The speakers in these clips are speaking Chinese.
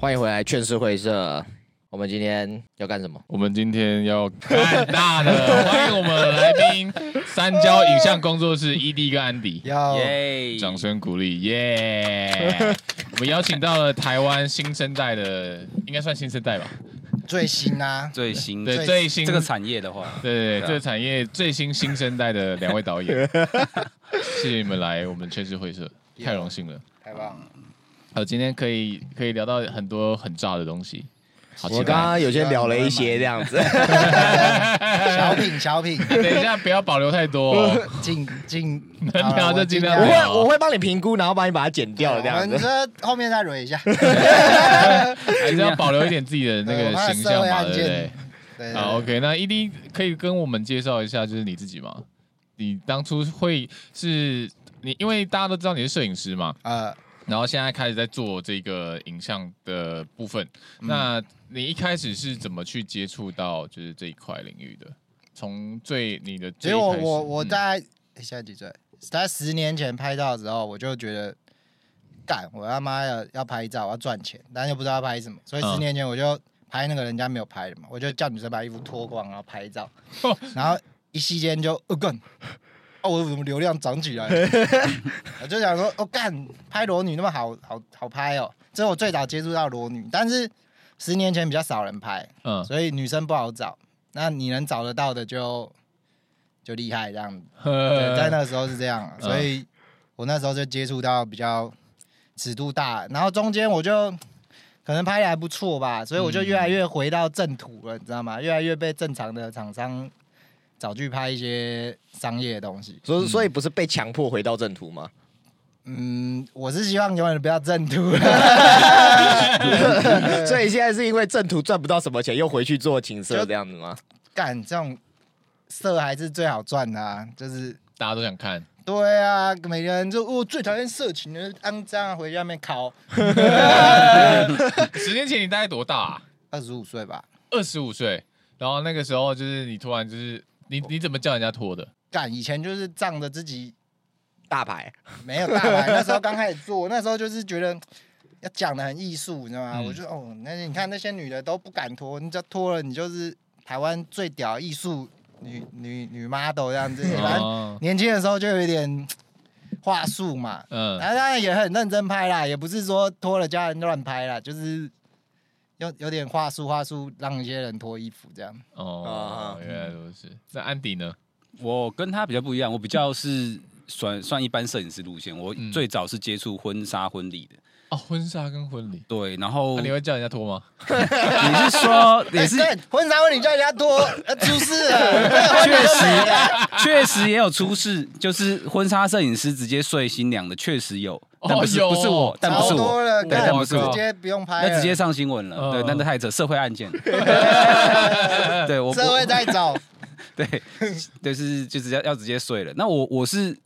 欢迎回来劝世会社。我们今天要干什么？我们今天要干大的，欢迎我们的来宾三焦影像工作室 ED 跟安迪，要耶掌声鼓励，耶！耶！我们邀请到了台湾新生代的，应该算新生代吧？最新啊，嗯最新对，最最新这个产业的话，对对对啊这个产业最新新生代的两位导演，谢谢你们来我们圈子会社，太荣幸了。太棒了！好，今天可以可以聊到很多很炸的东西，好期我刚待。刚有些聊了一些这样子，小品小品，等一下，不要保留太多、 哦。尽尽能聊就尽 量我对会 啊我会帮你评估，然后帮你把它剪掉了这我样们子。这后面再捋一下。还是要保留一点自己的那 对个呃我怕形社象会嘛，案对不件对？对好，OK，那 ED 可以跟我们介绍一下，就是你自己吗？你当初会是你，因为大家都知道你是摄影师嘛，呃，然后现在开始在做这个影像的部分。嗯那你一开始是怎么去接触到就是这一块领域的？从最你的其最一实我开始，我我嗯大概哎现在几岁？在十年前拍照的时候，我就觉得，干，我他妈要要拍照，我要赚钱，但又不知道要拍什么，所以嗯十年前我就拍那个人家没有拍的嘛，我就叫女生把衣服脱光，然后拍照，哦然后一夕间就，哦干，哦我怎么流量涨起来了？ 我就想说，哦干，拍裸女那么好好好拍哦，这是我最早接触到裸女，但是十年前比较少人拍，嗯所以女生不好找，那你能找得到的就就厉害这样子。 呃对，在那个时候是这样啊，嗯所以我那时候就接触到比较尺度大，然后中间我就可能拍的还不错吧，所以我就越来越回到正途了，你知道吗？越来越被正常的厂商找去拍一些商业的东西。所以 所以不是被强迫回到正途 吗？嗯，我是希望永远不要正途，啊所以现在是因为正途赚不到什么钱，又回去做情色这样子吗？ 干这种色还是最好赚的、啊，就是。 大家都想看，对啊，每个人就我、最讨厌色情的肮脏啊，回家面烤。十年前你大概多大、啊？二呃十五岁吧，二十五岁，然后那个时候就是你突然就是你你怎么叫人家脱的？干以前就是仗着自己大牌，没有大牌，那时候刚开始做，那时候就是觉得要讲的很艺术，你知道吗？嗯我就哦，那你看那些女的都不敢脱，你只要脱了，你就是台湾最屌艺术女女女 model 这样子。反正哦年轻的时候就有一点话术嘛，嗯然后当然也很认真拍啦，也不是说脱了家人乱拍啦，就是有有点话术话术，让一些人脱衣服这样。哦，原来如此。那安迪呢？我跟他比较不一样，我比较是算算一般摄影师路线。我嗯最早是接触婚纱婚礼的，哦，婚纱跟婚礼，对，然后啊那、你你会叫人家脱吗？是 说也是对哎婚纱婚礼叫人家 脱，呃出事了，确实。确实也有出事，就是婚纱摄影师直接睡新娘的，确实有，但哦不是有不是我，但不是超多我，了，对干但不是我直接不用拍了，那直接上新闻了，对嗯，那这太扯，社会 案件，对我不社会在找，对，就是就是要要直接睡了。那我我是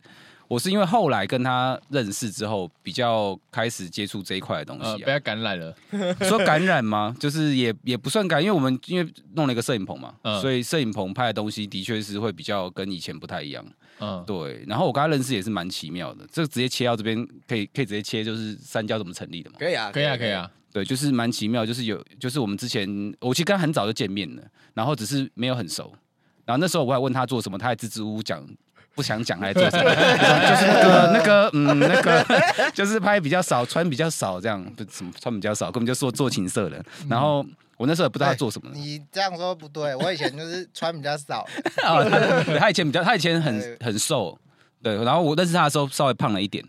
我是因为后来跟他认识之后，比较开始接触这一块的东呃，西、不啊。要感染了。说感染吗？就是也也不算感染，因为我们因为弄了一个摄影棚嘛，嗯所以摄影棚拍的东西的确是会比较跟以前不太一样。嗯，对，然后我跟他认识也是蛮奇妙的，这直接切到这边可以可以直接切，就是三焦怎么成立的嘛。可以啊，可以啊，可以。啊。对，就是蛮奇妙，就是有，就是我们之前，我其实跟他很早就见面了，然后只是没有很熟。然后那时候我还问他做什么，他还支支吾吾讲不想讲，还做什么，就是那个那个嗯那个，就是拍比较少，穿比较少这样，不什么穿比较少，根本就说做情色的。然后我那时候也不知道他 做什么的，你这样说不对。我以前就是穿比较 少，啊他他以前比较，他以前很对很瘦，对，然后我认识他的时候稍微胖了一点，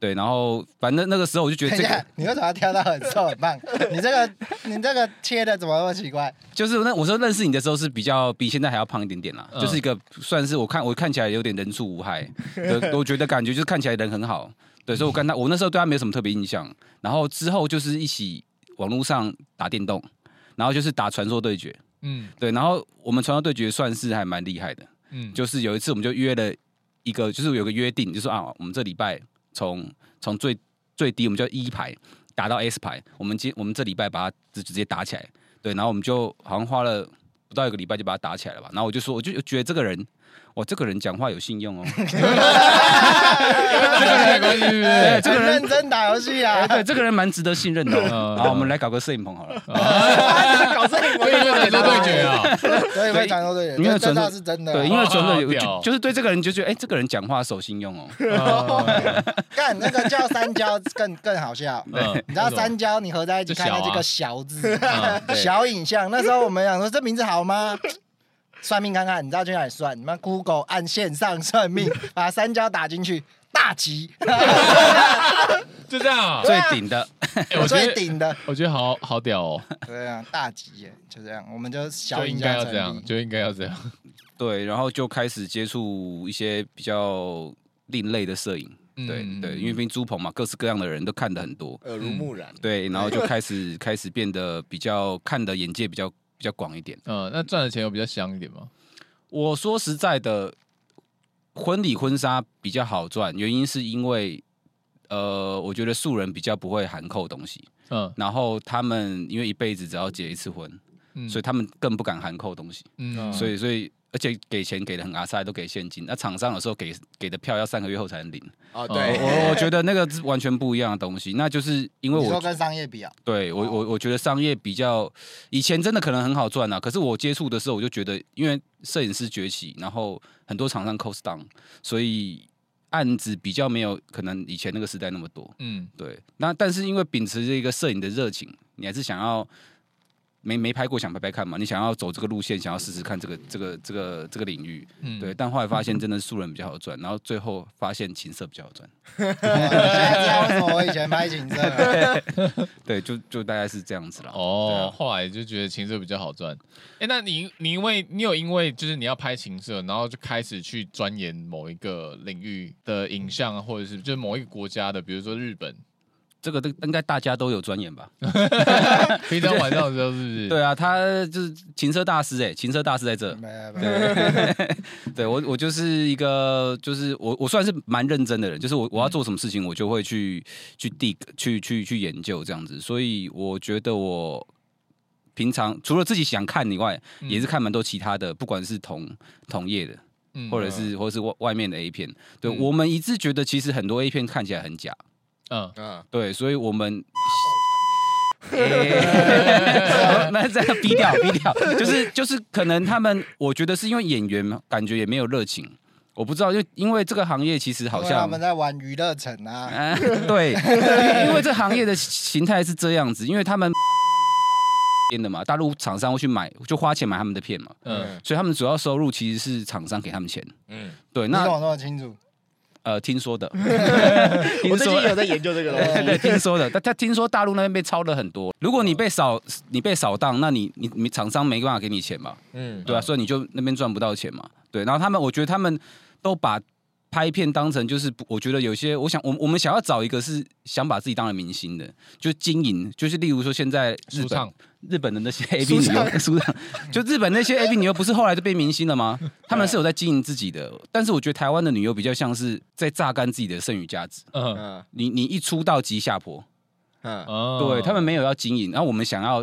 对，然后反正那个时候我就觉得等一这个下。哎你为什么要跳到很瘦 很棒？你这个你这个切的怎么那么奇怪？就是那我说认识你的时候是比较比现在还要胖一点点啦，嗯就是一个算是我看我看起来有点人畜无害， 对我觉得感觉就是看起来人很好，对，所以我跟他我那时候对他没有什么特别印象，然后之后就是一起网络上打电动，然后就是打传说对决，嗯对，然后我们传说对决算是还蛮厉害的，嗯，就是有一次我们就约了一个，就是有个约定，就是啊，我们这礼拜从从最最低我们叫一排打到 S 排，我们今我们这礼拜把它直直接打起来，对，然后我们就好像花了不到一个礼拜就把它打起来了吧，然后我就说，我就觉得这个人哇，这个人讲话有信用哦，没关系，对不对对？这个 很人认真打游戏啊，哎对这个人蛮值得信任的哦。嗯好，我们来搞个摄影棚好了。 搞这个啊所以就传说对决啊，对，会传说对人，因为这传说这是真的啊。对，因为真的有好屌哦就就是对这个人就觉得，哎，这个人讲话守信用哦。干那个叫三焦更更好笑。嗯你知道三焦你合在一起就看小啊到这个小字，嗯对小影像。那时候我们想说这名字好吗？算命看看，你知道去哪里算？你们 Google 按线上算命，把三焦打进去，大吉，就这样啊。最顶的，哎我觉最得顶的。我觉得好好屌哦，对啊，大吉耶，就这样，我们就小就影应像该要成这样，立就应该要这样。对，然后就开始接触一些比较另类的摄影。对嗯对，因为毕竟租棚嘛，各式各样的人都看得很多。耳濡目染，对，然后 就开始开始变得比较看的眼界比较比较广一点。嗯，那赚的钱有比较香一点吗？我说实在的，婚礼婚纱比较好赚，原因是因为呃，我觉得素人比较不会含扣东西，嗯然后他们因为一辈子只要结一次婚，嗯，所以他们更不敢含扣东西，嗯所以所以。而且给钱给的很阿塞，都给现金。那厂商有时候给给的票要三个月后才能 领。哦对我我觉得那个是完全不一样的东西。那就是因为你我说跟商业比啊，对我我我觉得商业比较以前真的可能很好赚啊，可是我接触的时候我就觉得，因为摄影师崛起，然后很多厂商 cost down，所以案子比较没有可能以前那个时代那么多。嗯对，那但是因为秉持着一个摄影的热情，你还是想要没没拍过想拍拍看嘛，你想要走这个路线，想要试试看这个这个这个这个领域。嗯对，但后来发现真的素人比较好赚，然后最后发现情色比较好赚。现在知道为什么我以前拍景色了。对，就就大概是这样子啊了。哦，后来就觉得情色比较好赚。哎、那你你因为你有因为就是你要拍情色，然后就开始去钻研某一个领域的影像啊，或者是就是某一个国家的，比如说日 本，这个都应该大家都有钻研吧？平常晚上的时候是不是？嗯对啊，他就是情车大师哎、情车大师在这。没有没有，对我，我就是一个，就是我，我算是蛮认真的人，就是我我嗯要做什么事情，我就会去去 dig 去去去研究这样子。所以我觉得我平常除了自己想看以外，嗯也是看蛮多其他的，不管是同同业的，嗯或者是或者是外外面的 A 片。对、嗯我们一致觉得，其实很多 A 片看起来很假。嗯，嗯，对，所以我们。欸 那这样逼掉，逼掉，就是就是，可能他们，我觉得是因为演员感觉也没有热情，我不知道，就因为这个行业其实好因为他像们在玩娱乐城啊，啊，对，因为因为这行业的形态是这样子，因为他们编的嘛，大陆厂商会去买，就花钱买他们的片嘛，嗯所以他们主要收入其实是厂商给他们钱，嗯嗯，对，你怎那么那么清楚？呃，听 说的，我听最说近有在研究这个东 对，西，听说的，但他听说大陆那边被抄了很多。如果你被扫，你被扫荡，那你你你厂商没办法给你钱嘛，嗯，对啊，所以你就那边赚不到钱嘛，对。然后他们，我觉得他们都把拍片当成就是不，我觉得有些，我想我我们想要找一个是想把自己当成明星的，就经营，就是例如说现在日舒本畅，日本的那些 A B 女优， 书上就日本那些 A B 女优，不是后来就变明星了吗？他们是有在经营自己的，但是我觉得台湾的女优比较像是在榨干自己的剩余价值。嗯嗯你你一出道即下坡，嗯，嗯对他们没有要经营，然后我们想要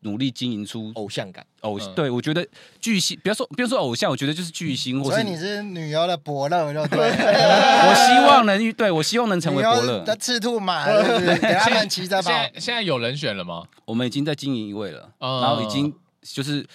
努力经营出偶像感，偶，嗯对我觉得巨星，不要说不要说偶像，我觉得就是巨星，或所是以你是女优的伯乐，就对了。 我希望能遇，对我希望能成为伯女优的乐。赤兔马，是不是给他们骑着现跑。 在现在有人选了吗？我们已经在经营一位了，嗯然后已经就是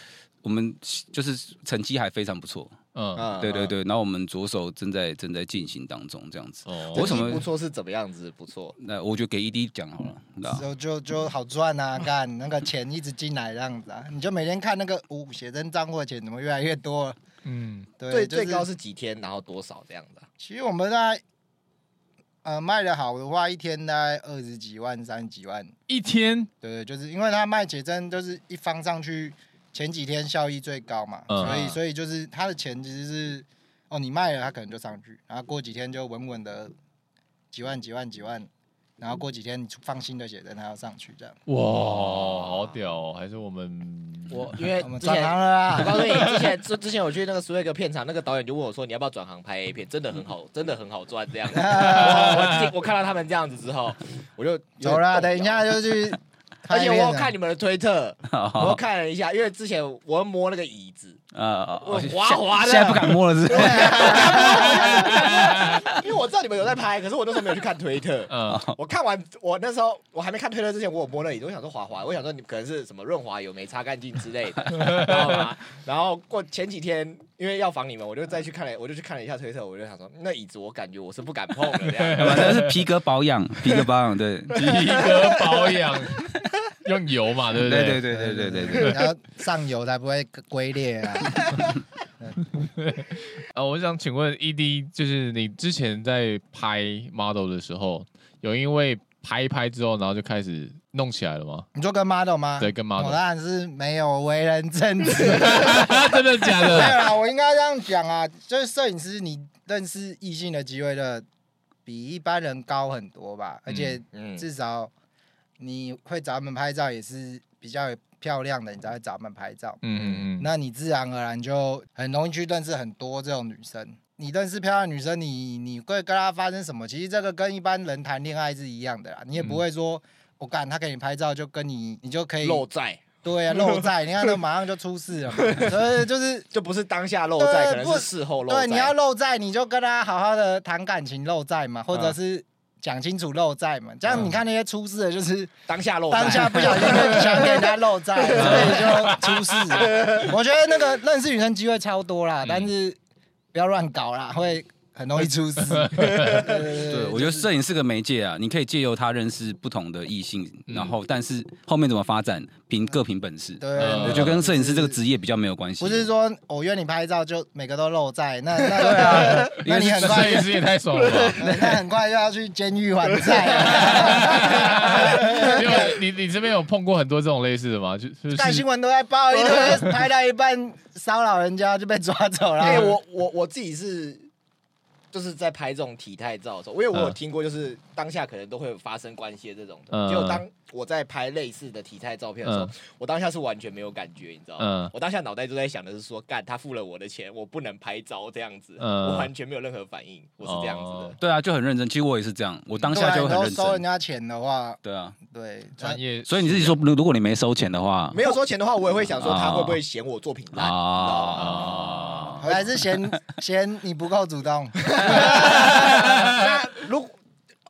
我们就是成绩还非常不错，嗯嗯，对对对，然后我们左手正在正在进行当中这样子。嗯，哦我为什么不错是怎么样子？不错，那我就给 ED 讲好了，你知道就就就好赚啊，干那个钱一直进来这样子啊，你就每天看那个五写真账户的钱怎么越来越多了。嗯对，最就是最高是几天，然后多少这样子啊？其实我们大概呃卖的好的话，一天大概二十几万、三十几万。一天对对，就是因为他卖写真，就是一放上去前几天效益最高嘛，嗯所以所以就是他的钱其实是哦，你卖了他可能就上去，然后过几天就稳稳的几万几万几万，然后过几天你放新的写真，他要上去这样。哇，好屌、哦！还是我们我因为 我们哎之转前行了我啦，告诉你，之前之之前我去那个苏威格片场，那个导演就问我说：“你要不要转行拍 A 片？真的很好，真的很好赚。”这样 子，我我我看到他们这样子之后，我就走啦，等一下，就去 而且我有拍片啊看你们的推特， 我啊看了一下，因为之前我摸那个椅子，啊我滑滑的现在不敢摸了，是不是？因为我知道你们有在拍，可是我那时候没有去看推特。啊嗯，我看完，我那时候我还没看推特之前，我有摸那椅子，我想说滑滑，我想说你们可能是什么润滑油没擦干净之 类的，知道吗？然后过前几天，因为要防你们，我就再去看了，我就去看了一下推特，我就想说那椅子我感觉我是不敢碰的这样。 反正是皮革保养，皮革保 养，对，皮革保 养用油嘛，啊对不对对对对对对对。 然后上游才不会龟裂啊。呃，我想请问 ED，就是你之前在拍 model 的时候，有因为拍一拍之后，然后就开始弄起来了吗？你说跟 model 吗？对，跟我 model， 当然是没有为人正直。真的假对 的？啦，我应该这样讲啊，就是摄影师你认识异性的机会的比一般人高很多吧，而且嗯，至少你会找他们拍照也是比较漂亮的，你才会找他们拍照。嗯嗯 嗯，那你自然而然就很容易去认识很多这种女生。你认识漂亮的女生，你你会跟她发生什么？其实这个跟一般人谈恋爱是一样的啦，你也不会说我干、她给你拍照就跟你你就可以漏在对啊漏在，你看那马上就出事了嘛，所以就是。就不是当下漏在，对可能不是事后漏在。对，你要漏在，你就跟她好好的谈感情漏在嘛，或者是讲清楚漏在嘛。这样你看那些出事的，就是当下漏在。当下不小心就想给人家漏 在，所以就出事嗯了。 我觉得那个认识女生机会超多啦，但是不要乱搞啦，会很容易出 事。对，对我觉得摄影是个媒介啊，你可以借由它认识不同的异性，然后但是后面怎么发展，凭各凭本事。对，我觉得跟摄影师这个职业比较没有关系。不是说我约你拍照就每个都漏在，那那对啊，那你很这摄快影师也太 爽了吧！ 那很快就要去监狱还债。因为你你这边有碰过很多这种类似的吗？就就是啊看新闻都在报，一堆拍到一半骚扰人家就被抓走了。啊哎、我我我自己是就是在拍这种体态照的时候，因为我有嗯听过，就是当下可能都会有发生关系的这种的。嗯结果当我在拍类似的体态照片的时候，嗯我当下是完全没有感觉，你知道吗？嗯我当下脑袋就在想的是说，干他付了我的钱，我不能拍照这样子，嗯我完全没有任何反应，我是这样子的。哦对啊，就很认真。其实我也是这样，我当对下啊就你会很都认收人真。家钱的话，对啊，对，专业，所以你自己说，如如果你没收钱的话，啊没有收钱的话，我也会想说他哦会不会嫌我作品烂，哦你知道吗啊，还 是嫌嫌你不够主动。 那如果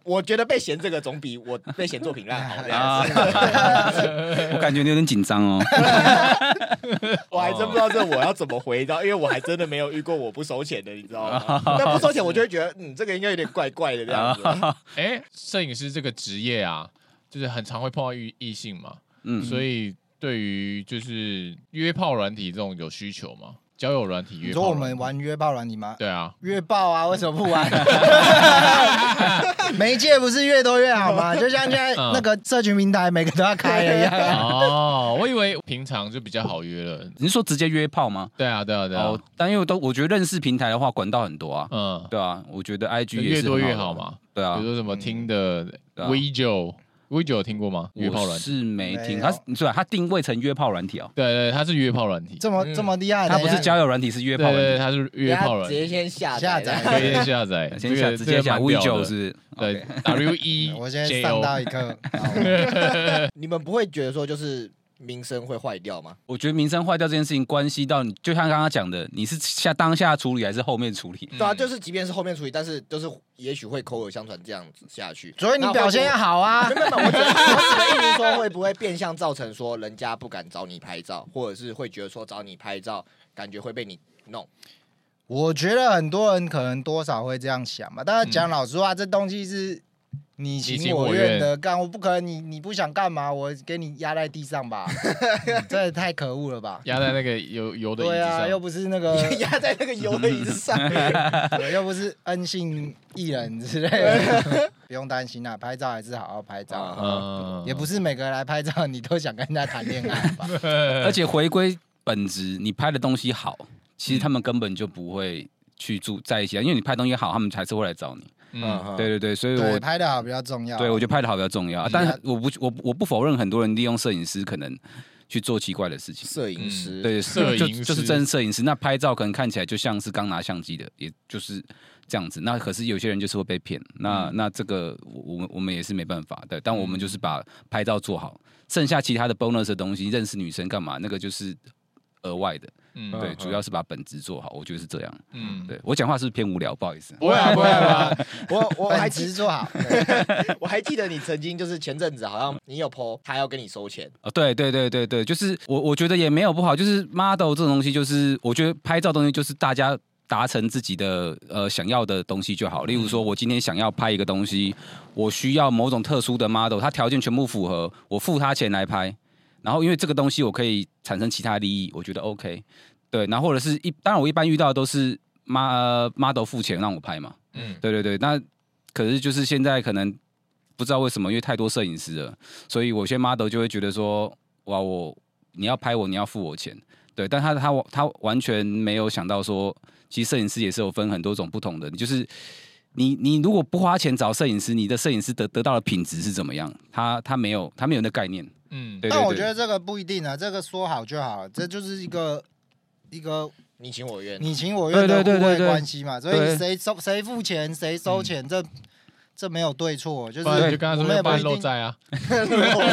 我觉得被嫌这个总比我被嫌作品烂好这样啊子。 我感觉你有点紧张哦。我还真不知道这我要怎么回答，因为我还真的没有遇过我不收钱的，你知道 吗？那不收钱，我就会觉得，嗯，这个应该有点怪怪的这样子。 哎，摄影师这个职业啊，就是很常会碰到异异性嘛，嗯，所以对于就是约炮软体这种有需求吗？交友软体你约说炮我软体，们玩约炮软体吗？对啊，约炮啊，为什么不 玩？媒介不是越多越好吗？就像现在嗯那个社群平台每个都要开了一样。哦，我以为平常就比较好约了。你是说直接约炮吗？对啊，对啊，对啊。哦，但因为都我觉得认识平台的话，管道很多啊。嗯，对啊，我觉得 IG 也越是多越很好的。嘛。对啊比如，说什么听的对啊 V 九，V 九有听过吗？约炮我软体。是没没听，有它是对啊，它定位成约炮软体哦，对对，它是约炮软体。这么嗯这么厉啊害的它呀，不是交友软体，是约对炮软对，体。它是约炮软直接体。先下下载载。啊可以先下载，先这下个直接下 V 这个九，蛮屌的是对 W E 我先 J 上 O，到 一课。好 你们不会觉得说就是名声会坏掉吗？我觉得名声坏掉这件事情，关系到你，就像刚刚讲的，你是下当下处理还是后面处理？对啊，就是是即便是后面处理，但是就是也许会口耳相传这样子下去。所以你表现要好。好啊 没。有没有，我只是我只是意思说，会不会变相造成说人家不敢找你拍照，或者是会觉得说找你拍照感觉会被你弄？ 我觉得很多人可能多少会这样想吧，但是讲老实话，这东西是嗯你情我愿的干，我不可能你你不想干嘛，我给你压在地上 吧，嗯这也太可恶了吧？压在那个油油的椅对子啊，又上。不是那 个，压在那个油的椅子上， 对又不是恩信艺人之类 的，不用担心啦，拍照还是好好拍照啊啊。嗯也不是每个来拍照你都想跟人家谈恋爱吧？嗯而且回归本质，你拍的东西好，嗯其实他们根本就不会去住在一起啊，因为你拍东西好，他们还是会来找你。嗯，对对对，所以 对，我拍的好比较重要。对我觉得拍的好比较重要，但啊我不我不我不否认很多人利用摄影师可能去做奇怪的事情。摄嗯影师，对，摄就影师就是真摄影师。那拍照可能看起来就像是刚拿相机的，也就是这样子。那可是有些人就是会被骗。那、那这个我我们我们也是没办法的。但我们就是把拍照做好，剩下其他的 bonus 的东西，认识女生干嘛，那个就是额外的。嗯对，嗯主要是把本职做好，我觉得是这样。嗯，对我讲话是不是偏无聊，不好意思。不会啊，不会啊，我我还本 记职做好，对我还记得你曾经就是前阵子好像你有 PO，他要跟你收钱，哦，对对对对对，就是我我觉得也没有不好，就是 model 这种东西，就是我觉得拍照东西就是大家达成自己的呃想要的东西就好。例如说，我今天想要拍一个东西，我需要某种特殊的 model，它条件全部符合，我付他钱来拍，然后因为这个东西我可以产生其他利益，我觉得 OK。对，然后或者是一，当然我一般遇到的都是妈、呃 model 付钱让我拍嘛，嗯，对对对，那可是就是现在可能不知道为什么，因为太多摄影师了，所以有些 model 就会觉得说，哇，我你要拍我，你要付我钱，对，但他他他完全没有想到说，其实摄影师也是有分很多种不同的，就是。你你如果不花钱找摄影师，你的摄影师得得到的品质是怎么样？他他没有他没有那概念，嗯，对对对。但我觉得这个不一定啊，这个说好就好，这就是一个一个你情我 愿。你情我愿对的对对互惠对对关系嘛，所对以谁收谁付钱谁收钱，这这没有对错，就是不然你就跟他我说们也要不办 一定漏债啊，或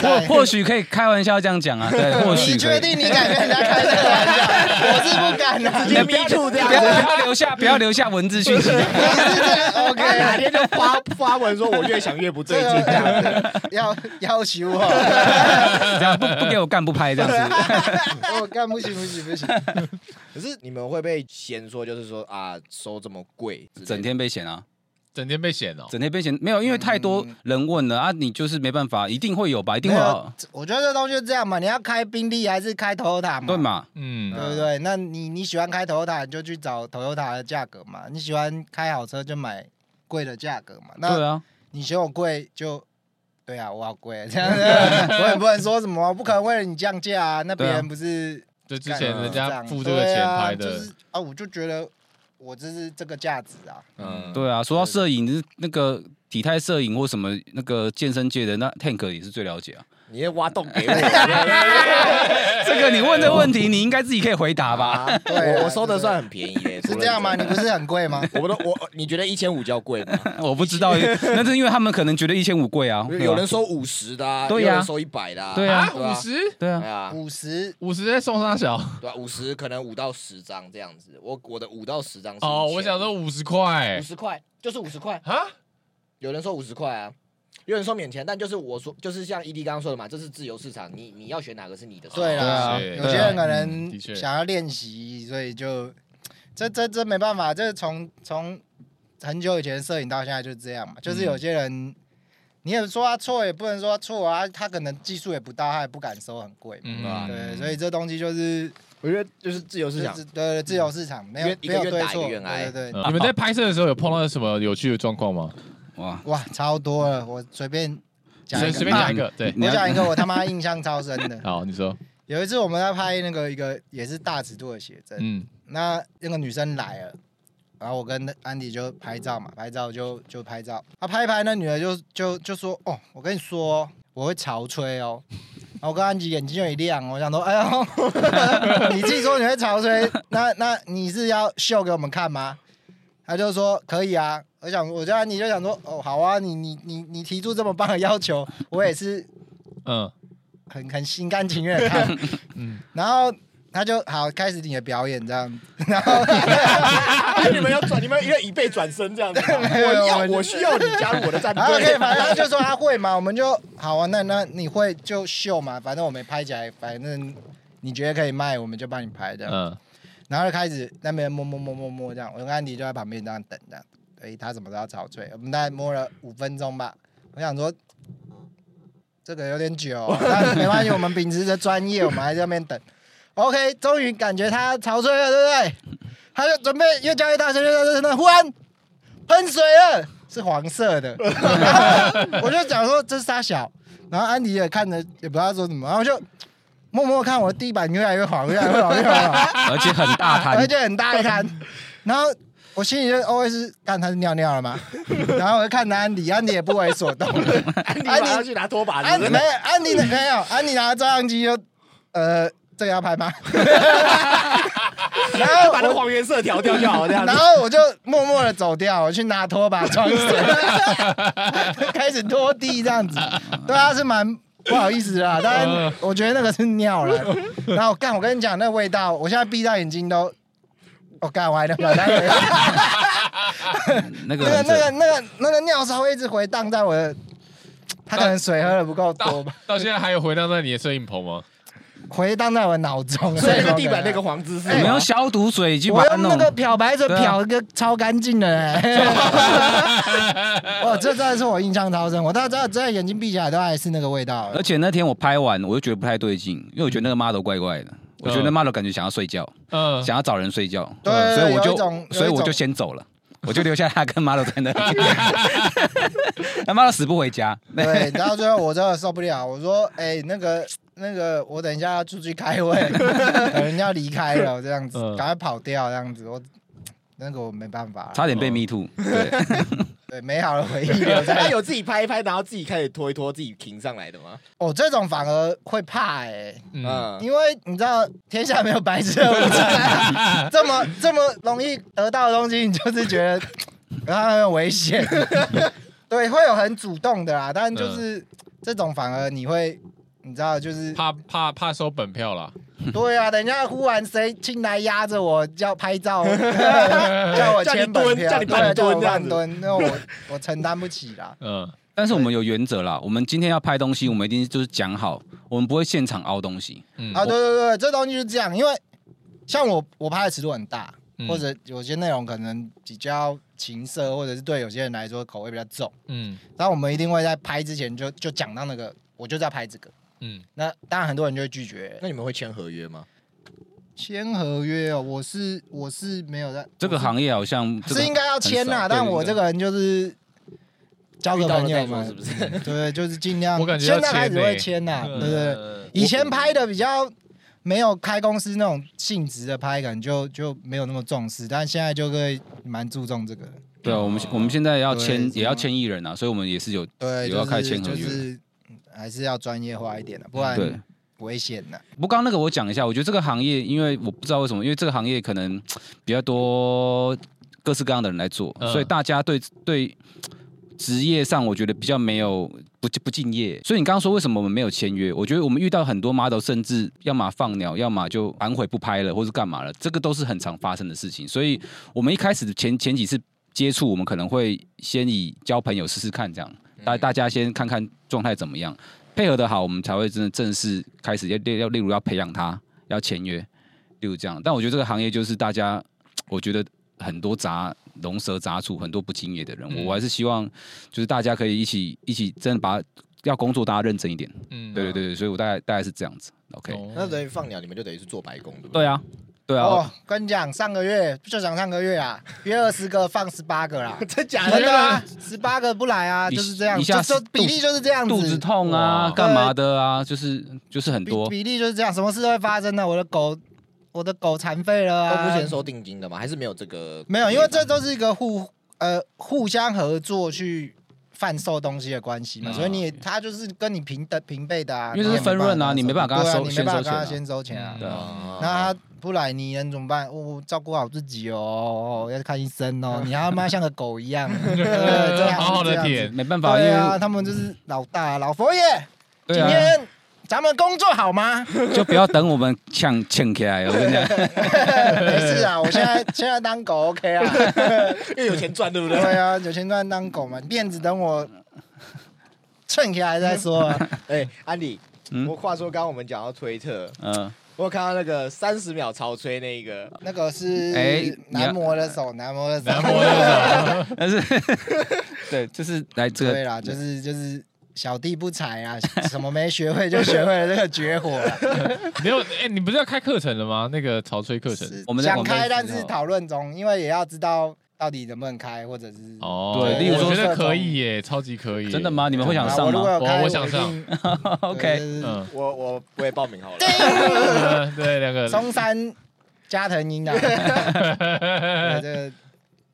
或 或许可以开玩笑这样讲啊，对， 或许你可以确定你敢跟人家开这个玩笑？我是不敢的、啊，你 me too 这样不要 不子，要留下不要留下文字 讯息，他哪天就 发发文说，我越想越不对啊劲这样子。要要求我， 这样不不给我干不拍这啊样啊子。我干不行不行不行，可是你们会被嫌说，就是说啊，收这么贵之类的，整天被嫌啊，整天被嫌哦，整天被嫌，没有，因为太多人问了、啊，你就是没办法，一定会有吧，一定会嗯没有有，啊我觉得这东西就这样嘛，你要开宾利还是开 Toyota 嘛？对？嘛？嗯对不对？那你你喜欢开 Toyota，你就去找 Toyota 的价格嘛。你喜欢开好车，就买贵的价格嘛。对那啊，你嫌我贵就。对啊， 我好贵，这样子我也不能说什么，啊我不可能为了你降价啊。那别对啊人不是就之前人干家嘛付这个钱拍对啊的就，是啊，我就觉得我这是这个价值啊，嗯，对啊。说到摄影，那个体态摄影或什么那个健身界的，那 Tank 也是最了解啊。你也挖洞给 我。这个你问的问题，你应该自己可以回答吧？啊对啊我我收的算很便宜耶，是这样说吗？你认不真是很贵吗？我们都我你觉得一千五叫贵吗？我不知道，那是因为他们可能觉得一千五贵啊。对啊有人收五十的啊，对呀有人收一百的啊，对啊啊，对啊五十，对对啊， 啊，五十五十在送上小，对啊，五十可能五到十张这样子，我我的五到十张是哦， 1000我想说五十块五，十块就是五十块，啊，有人说五十块啊，有人说免钱，但就是我说就是像 ED 刚刚说的嘛，这是自由市场，你你要选哪个是你的事。对啦，对啊有些人可嗯的能确想要练习，所以就这这这没办法，这从从很久以前摄影到现在就是这样嘛，就是有些人。你也说他错，也不能说他错啊，他可能技术也不到，他也不敢收很贵嘛。啊对，所以这东西就是我觉得就是自由市场就，是对自由市场，没有愿一没个有愿对打一错，个对愿挨对对。你们在拍摄的时候有碰到什么有趣的状况吗？哇，哇，超多了，我随便讲随一个，啊嗯随便讲一个，对，。你我要讲一个，我他妈印象超深的好，你说，有一次我们在拍那个一个也是大尺度的写真，嗯那那个女生来了，然后我跟安迪就拍照嘛，拍照就就拍照，她拍一拍，那女的就就就说，哦，我跟你说哦，我会潮吹哦。然后我跟安迪眼睛就一亮，我想说，哎呦，你自己说你会潮吹，那那你是要秀给我们看吗？他就说可以啊，我想，我叫安迪就想说，哦，好啊，你你你你提出这么棒的要求，我也是嗯很很心甘情愿的看，嗯然后他就好开始你的表演这样，然后啊你们要转，你们要以背转身这样子吗。 没有我要我就我需要你加入我的战然后可以，反正他队。就说他会嘛，我们就好啊，那那你会就秀嘛，反正我没拍起来，反正你觉得可以卖，我们就帮你拍这样，嗯，然后就开始那边摸摸摸摸摸这样，我跟安迪就在旁边这样等这样，哎，他什么时候要潮醉？我们大概摸了五分钟吧，我想说。这个有点久，但没关系，我们秉持着专业，我们还在那边等。OK，终于感觉他潮吹了，对不对？他就准备越叫越大声，越叫越大声，忽然喷水了，是黄色的。 我就讲说这是他小，然后安迪也看着也不知道说什么，然后我就默默看我的地板越来越黄，越来越黄，越来越黄。而且很大 而摊，且很大 一滩。然后我心里就 always 干他是尿尿了吗？然后我就看着安迪，安迪也不 为所动。安迪安迪马上去拿拖把哎安子没，有安迪的没有，安迪拿照相机就呃，这个要拍吗？ 然就后把那个黄颜色调掉就好，这样子然。后我就默默的走掉，我去拿拖把装水， 开始拖地这样子。对啊，是蛮不好意思呃啦，但是我觉得那个是尿了。然后干，我跟你讲，那味道，我现在闭到眼睛都，我、干，我还能把 它回。那那个个那个那个那个尿骚会一直回荡在我的，他可能水喝的不够多到吧，到现在还有回荡在你的摄影棚吗？回荡在我的脑中。所以那个地板那个黄姿势我们吗，用消毒水已经我把它用那弄个漂白水对啊漂一个超干净的、 欸，哇，这真的是我印象超深。我到这这眼睛闭起来都还是那个味道。而且那天我拍完，我就觉得不太对劲，因为我觉得那个 model 怪怪的，嗯我觉得那 model 感觉想要睡觉，嗯，想要找人睡觉，嗯对所以我有一种就所以有一我种就先走 了，我就留下他跟 model 在那里，那 model 死不回家，对，然后最后我真的受不了，我说：“哎、那个那个，我等一下要出去 开会，有人要离开了，这样子，嗯赶快跑掉，这样子。我”那个我没办法了，差点被 me too，对，对，美好的回忆留在哎他有自己拍一拍，然后自己开始拖一拖，自己停上来的吗？哦，这种反而会怕哎、嗯，嗯，因为你知道天下没有白吃的午餐，啊这么这么容易得到的东西，你就是觉得啊很有危险。 对，会有很主动的啦，但就是、嗯这种反而你会，你知道就是怕怕怕收本票啦。对啊，等一下忽然谁进来压着我要 拍照， 叫我签本票，叫你蹲对叫我叫你半半蹲蹲，那我我承担不起啦。嗯，但是我们有原则啦，我们今天要拍东西，我们一定就是讲好，我们不会现场凹东西，嗯啊，对对对，这东西就是这样，因为像我我拍的尺度很大，嗯或者有些内容可能比较情色，或者是对有些人来说口味比较重，嗯但我们一定会在拍之前就就讲到那个，我就是要拍这个。嗯，那当然很多人就会拒绝那你们会签合约吗？签合约哦，我是我是没有在这个行业好像这是个应该要签啦，很少但我这个人就是交遇个到朋了友再说嘛是，不是？对，就是尽量。我感觉要现在开始签欸会签啦，对对对。呃嗯以前拍的比较没有开公司那种性质的拍，可能就就没有那么重视，但现在就会蛮注重这个。对啊，我们我们现在要对签这也要样签艺人啊，所以我们也是有对，有要开签合约就是嗯还是要专业化一点的，不然对。危险的。不过刚刚那个我讲一下，我觉得这个行业，因为我不知道为什么，因为这个行业可能比较多各式各样的人来做，嗯所以大家对对职业上，我觉得比较没有不不敬业。所以你刚刚说为什么我们没有签约？我觉得我们遇到很多 model，甚至要么放鸟，要么就反悔不拍了，或是干嘛了，这个都是很常发生的事情。所以我们一开始前前几次接触，我们可能会先以交朋友试试看这样。嗯嗯大大家先看看状态怎么样，配合的好，我们才会真的正式开始要例要例如要培养他，要签约，例如这样。但我觉得这个行业就是大家，我觉得很多杂龙蛇杂处，很多不敬业的人，嗯我还是希望就是大家可以一起一起真的把要工作大家认真一点。嗯，对对对对，所以我大概大概是这样子。OK，、哦那等于放鸟，你们就等于是做白工，对不对？对啊，对啊。哦，跟你讲，上个月就讲上个月啊，约二十个放十八个啦，真假 真的？的啊，十八个不来啊，一就是这样，一下就就肚比例就是这样肚子子。痛啊，哇干嘛的啊？就是就是很比多，比例就是这样，什么事都会发生的。我的狗，我的狗残废了都啊！不先收定金的吗？还是没有这个？啊没有，因为这都是一个互呃互相合作去贩售东西的关系嘛，嗯所以你也他就是跟你平等平辈的啊，因为这是分润啊你也你没办法跟他收对啊你没办法跟他先先收钱啊嗯。对啊啊那他不然你能怎么办？我、照顾好自己哦，要去看医生哦。你还他妈像个狗一样，对这样好好这的样子舔，没办法，因对为啊，他们就是老大老佛爷。对啊今天咱们工作好吗？就不要等我们呛呛起来，我跟你讲，没事啊，我现在现在当狗 OK 啊。 因为有钱赚，对不对？对啊，有钱赚当狗嘛，面子等我蹭起来再说啊。哎，安迪，嗯我话说，刚刚我们讲到推特，嗯，我有看到那个三十秒潮吹那一个，那个哎是你要男模的手，男模的手，男模的手但是对，就是来这对个，啦，就是就是小弟不才啊，什么没学会就学会了这个绝活啊啦。没有，哎，你不是要开课程了吗？那个潮吹课程，是我们在想我开，们但是讨论中，因为也要知道到底能不能开，或者是哦，对例如说我觉得可以耶，超级可以，真的？吗？你们会想啊上我如果吗有开，我我想上一 定。 ？OK，对就是嗯，我我我也报名好了。 嗯 对，两 个松山加藤鹰啊， 对这个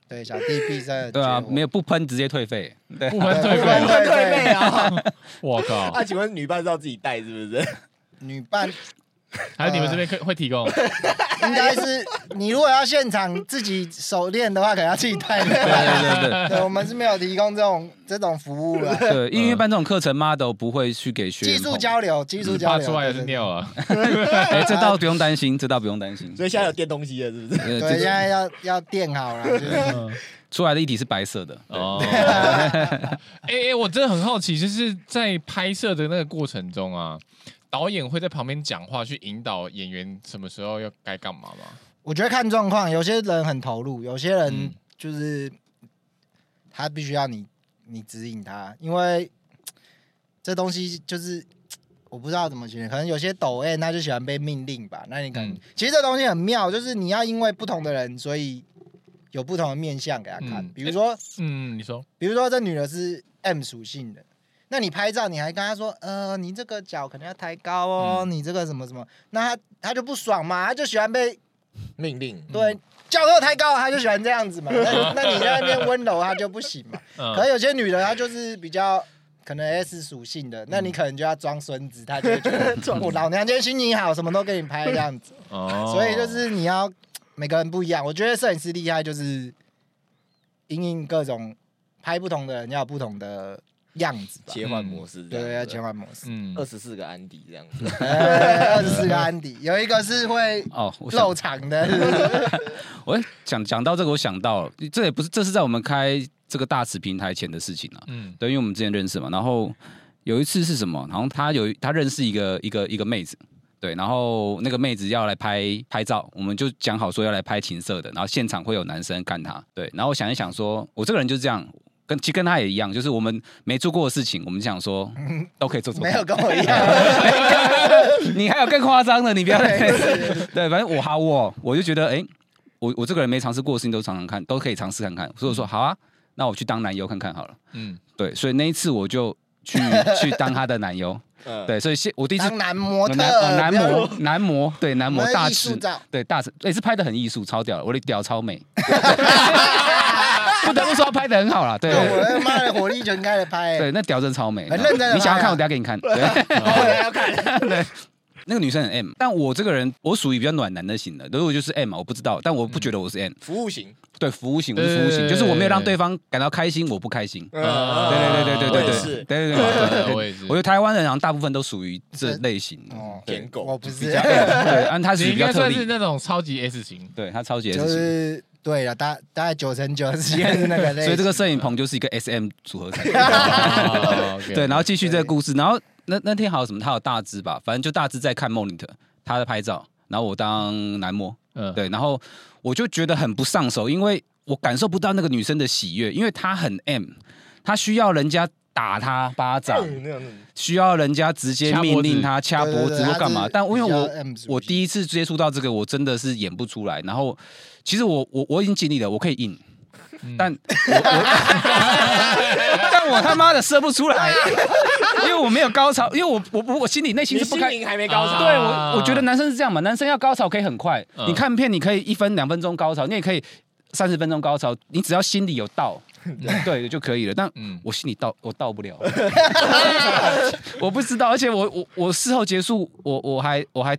对小弟必胜的绝活。对啊，没有不喷直接退费，对，不分对对不对 费，分对对啊！我靠，哎啊，请问女伴是要自己带是不是？女伴还是你们这边呃可会提供？应该是你如果要现场自己手练的话，可能要自己带回来。对对对对，我们是没有提供这种这种服务的。对， 音乐班这种课程 model 不会去给学员技术碰交流，技术交怕流，出来也是对尿啊！哎，啊这倒不用担心，这倒不用担心。 所以现在有电东西了，是不是？呃对，这对现在要要垫好了，就是出来的一体是白色的， 哦，哎哎，我真的很好奇，就是在拍摄的那个过程中啊，导演会在旁边讲话，去引导演员什么时候要该干嘛吗？我觉得看状况，有些人很投入，有些人嗯就是他必须要你你指引他，因为这东西就是我不知道怎么形容，可能有些抖 M 他就喜欢被命令吧。那你可能、嗯其实这东西很妙，就是你要因为不同的人，所以有不同的面相给他看。嗯比如说，嗯，你说，比如说这女的是 M 属性的，那你拍照你还跟她说，呃，你这个脚可能要抬高哦，嗯你这个什么什么，那她她就不爽嘛，她就喜欢被命令对，啊教授太高了，他就喜欢这样子嘛。嗯那那你在那边温柔，他就不行嘛。可嗯，能有些女的，她就是比较可能 S 属性的，那嗯你可能就要装孙子，她就会觉 得我老娘今天心情好，什么都给你拍这样子。哦所以就是你要每个人不一样。我觉得摄影师厉害就是因应各种拍不同的人要有不同的样子吧。切换模式这对样子，对，要切换模式。嗯二十四个安迪这样 子， 二十四个安迪，有一个是会哦，我想漏场的，是不是我哎讲讲到这个，我想到了这也不是，这是在我们开这个大池平台前的事情啊。嗯对，因为我们之前认识嘛，然后有一次是什么？然后他有他认识一个一个一个妹子，对，然后那个妹子要来拍拍照，我们就讲好说要来拍情色的，然后现场会有男生干她，对，然后我想一想说，我这个人就是这样。跟其实跟他也一样，就是我们没做过的事情，我们想 说都可以做做没看。有跟我一样。 你还有更夸张的，你不要再 对，反正我好我我就觉得，哎、我我这个人没尝试过的事情都尝尝看，都可以尝试看看。所以我说好啊，那我去当男优看看好了。 嗯，对，所以那一次我就去去当他的男优。嗯，对，所以现我第一次当男模特，男哦男不要模男模对男模我们大艺术尺照对大尺也是拍的很艺术，超屌的，我的屌超美。不得不说拍的很好啦，对对，我他妈的火力全开的拍、对，那屌真的超美，很认真地你想要拍啊看，我等一下给你看。对。我也要看，那个女生很 M，但我这个人我属于比较暖男的型的，如果就是 M 嘛，我不知道，但我不觉得我是 M，、服务型，对服务型，我是服务型，对就是我没有让对方感到开心，我不开心。嗯对啊对对对对我也对对是对对对对啊我也是我觉得台湾人好像大部分都属于这类型的，哦，舔狗我，不是，对， 按他属你于应比较该特算是例，那种超级 S 型，对他超级 S 就型，是对了，大大概九成九是也是那 个类型，所以这个摄影棚就是一个 S M 组 合产品。哦，OK 对，然后继续这个故事，然后那那天好像什么，他有大只吧，反正就大只在看 monitor，他在拍照，然后我当男模，嗯对，然后我就觉得很不上手，因为我感受不到那个女生的喜悦，因为她很 M，她需要人家打她巴掌，嗯那种需要人家直接掐脖命子令她掐脖子或干嘛。但因为我我一第一次接触到这个，我真的是演不出来。然后其实我我我已经尽力了，我可以硬， 嗯但我我但我他妈的射不出 来，因为我没有高潮，因为我我我我心里内心你是不心开灵还没高啊潮，对我，我觉得男生是这样嘛，男生要高潮可以很快，嗯你看片你可以一分两分钟高潮，你也可以三十分钟高潮，你只要心里有到，对就可以了。但嗯我心里到，我到不了， 我不知道，而且我我我事后结束，我我还我还。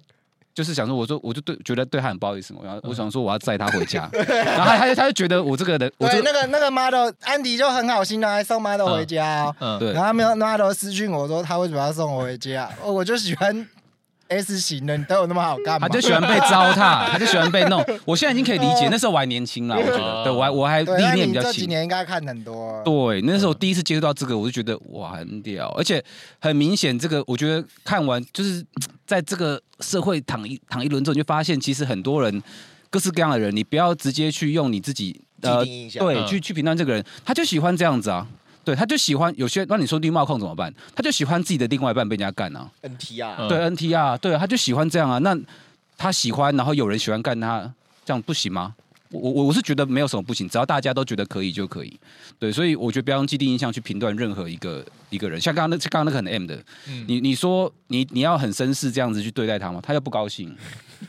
就是想说，我说我就对觉得对他很不好意思嘛，然后我想说我要载他回家，然后他他就他就觉得我这个人，我这对个那个那个 model 安迪就很好心的啊还送 model 回家、哦，嗯，对然后他没有 model 私讯我说他为什么要送我回家，哦我就喜欢 S 型的，你对我那么好干嘛？他啊就喜欢被糟 蹋，他就喜欢被弄。我现在已经可以理解，那时候我还年轻啦，我觉得，对我还我还嗯哦对，历那练你比较这轻几。年应该看很多，啊对，那时候我第一次接触到这个，我就觉得哇，很屌，而且很明显，这个我觉得看完就是在这个社会躺一躺一轮之后，你就发现其实很多人各式各样的人，你不要直接去用你自己 既定印象，呃对嗯去去评断这个人，他就喜欢这样子啊。对，他就喜欢有些，那你说绿帽控怎么办？他就喜欢自己的另外一半被人家干啊。 NT 啊，嗯对 NT 啊，对啊，他就喜欢这样啊。那他喜欢，然后有人喜欢干他，这样不行吗？我我我是觉得没有什么不行，只要大家都觉得可以就可以。对，所以我觉得不要用既定印象去评断任何一个一个人。像刚刚那刚刚那个很 M 的，嗯你你说你你要很绅士这样子去对待他吗？他又不高兴，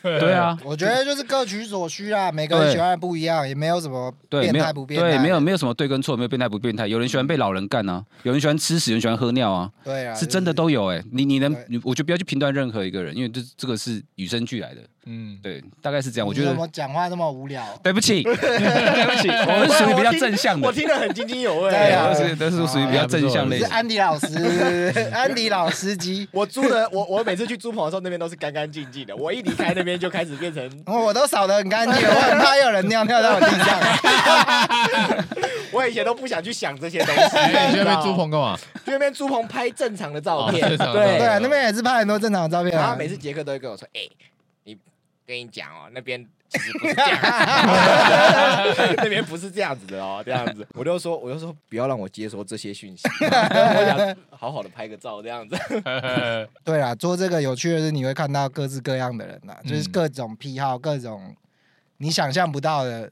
对啊，我觉得就是各取所需啊，每个人对喜欢的不一样，也没有什么对，变没态有不变态的，对，没有没有什么对跟错，没有变态不变态。有人喜欢被老人干啊，有人喜欢吃屎，有人喜欢喝尿啊，对啊，是真的都有哎、你你能对，你我就不要去评断任何一个人，因为这这个是与生俱来的。嗯，对，大概是这样。我我觉觉得得我讲话那么无聊，对 不起，对不起，我是属于比较正向的。我听得很津津有味。对啊我是都是属于比较正向类是型。安迪老师， 安迪老司机，我租的，我我每次去租棚的时候，那边都是干干净净的。我一离开那边就开始变 成，我都扫得很干净，我很怕有人尿尿到我地上。我以前都不想去想这些 东西。你哎，你去知道那边租棚干 嘛？去那边租棚拍正常的照哦片，正常的对对。啊，那边也是拍很多正常的照片然后啊每。次杰克都会跟我说：“哎，你跟你讲哦，那边其实不是 这样，那边不是这样子的哦，这样子。”我就说，我就说不要让我接收这些讯 息，我想好好的拍个照这样子。哎对啊，做这个有趣的是，你会看到各式各样的人呐、嗯就是各种癖好，各种你想象不到的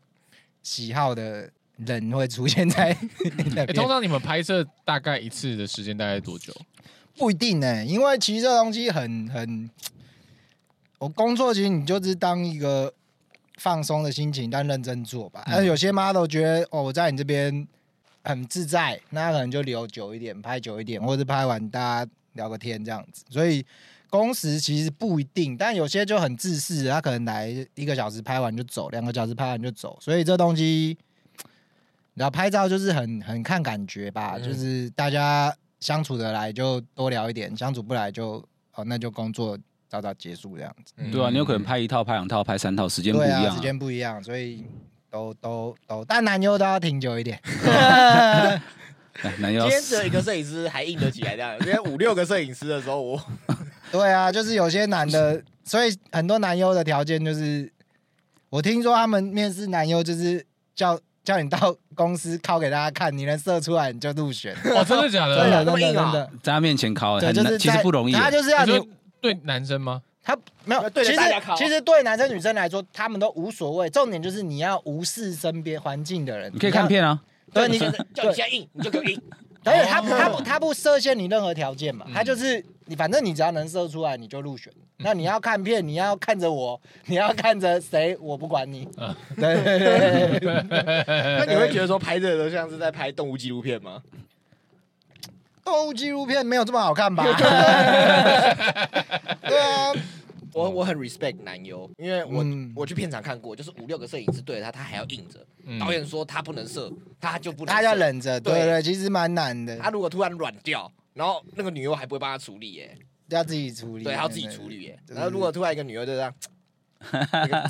喜好的人会出现在 那哎，通边。常你们拍摄大概一次的时间大概多久？不一定呢、欸因为其实这东西很很，我工作其实你就是当一个放松的心情，但认真做吧。嗯但有些 model 觉得哦，我在你这边很自在，那他可能就留久一点，拍久一点，或者是拍完大家聊个天这样子。所以工时其实不一定，但有些就很自私，他可能来一个小时拍完就走，两个小时拍完就走。所以这东西，然后拍照就是很很看感觉吧，嗯就是大家相处得来就多聊一点，相处不来就哦那就工作早早结束这样子。嗯对啊，你有可能拍一套、拍两套、拍三套，时间不嗯一对样、啊，时间不一样，所以都都都，但男优都要挺久一 点。哎男今优天只有一个摄影师还硬得起来这样，今天五六个摄影师的时 候，我对啊，就是有些男的，所以很多男优的条件就是，我听说他们面试男优就是叫叫你到公司靠给大家看，你能射出来你就入选。哦，真的假真的的？啊真那的么硬真啊的，在他面前考、对，哦很就难，是其实在不容易。他就是要你你说啊对男生吗？他没有，对着其实大家靠其实对男生女生来说，他们都无所谓，重点就是你要无视身边环境的人。你可以看片啊，要，你对，你就是叫你现在硬，你就给我硬。而且他哦他不他不设限你任何条件嘛，嗯他就是你反正你只要能射出来你就入选。嗯那你要看片，你要看着我，你要看着谁，我不管你。对对对对 对，那你会觉得说拍这个都像是在拍动物纪录片吗？动物纪录片没有这么好看吧？ 对啊，我我很 respect 男优，因为我、嗯我去片场看过，就是五六个摄影师对着他，他还要硬着。嗯导演说他不能射，他就不能射。他要忍着，对对对，啊其实蛮难的，他如果突然软掉，然后那个女优还不会帮他处理耶、要自己处理，对，他要自己处理耶、对对对然后如果突然一个女优就这 样，那个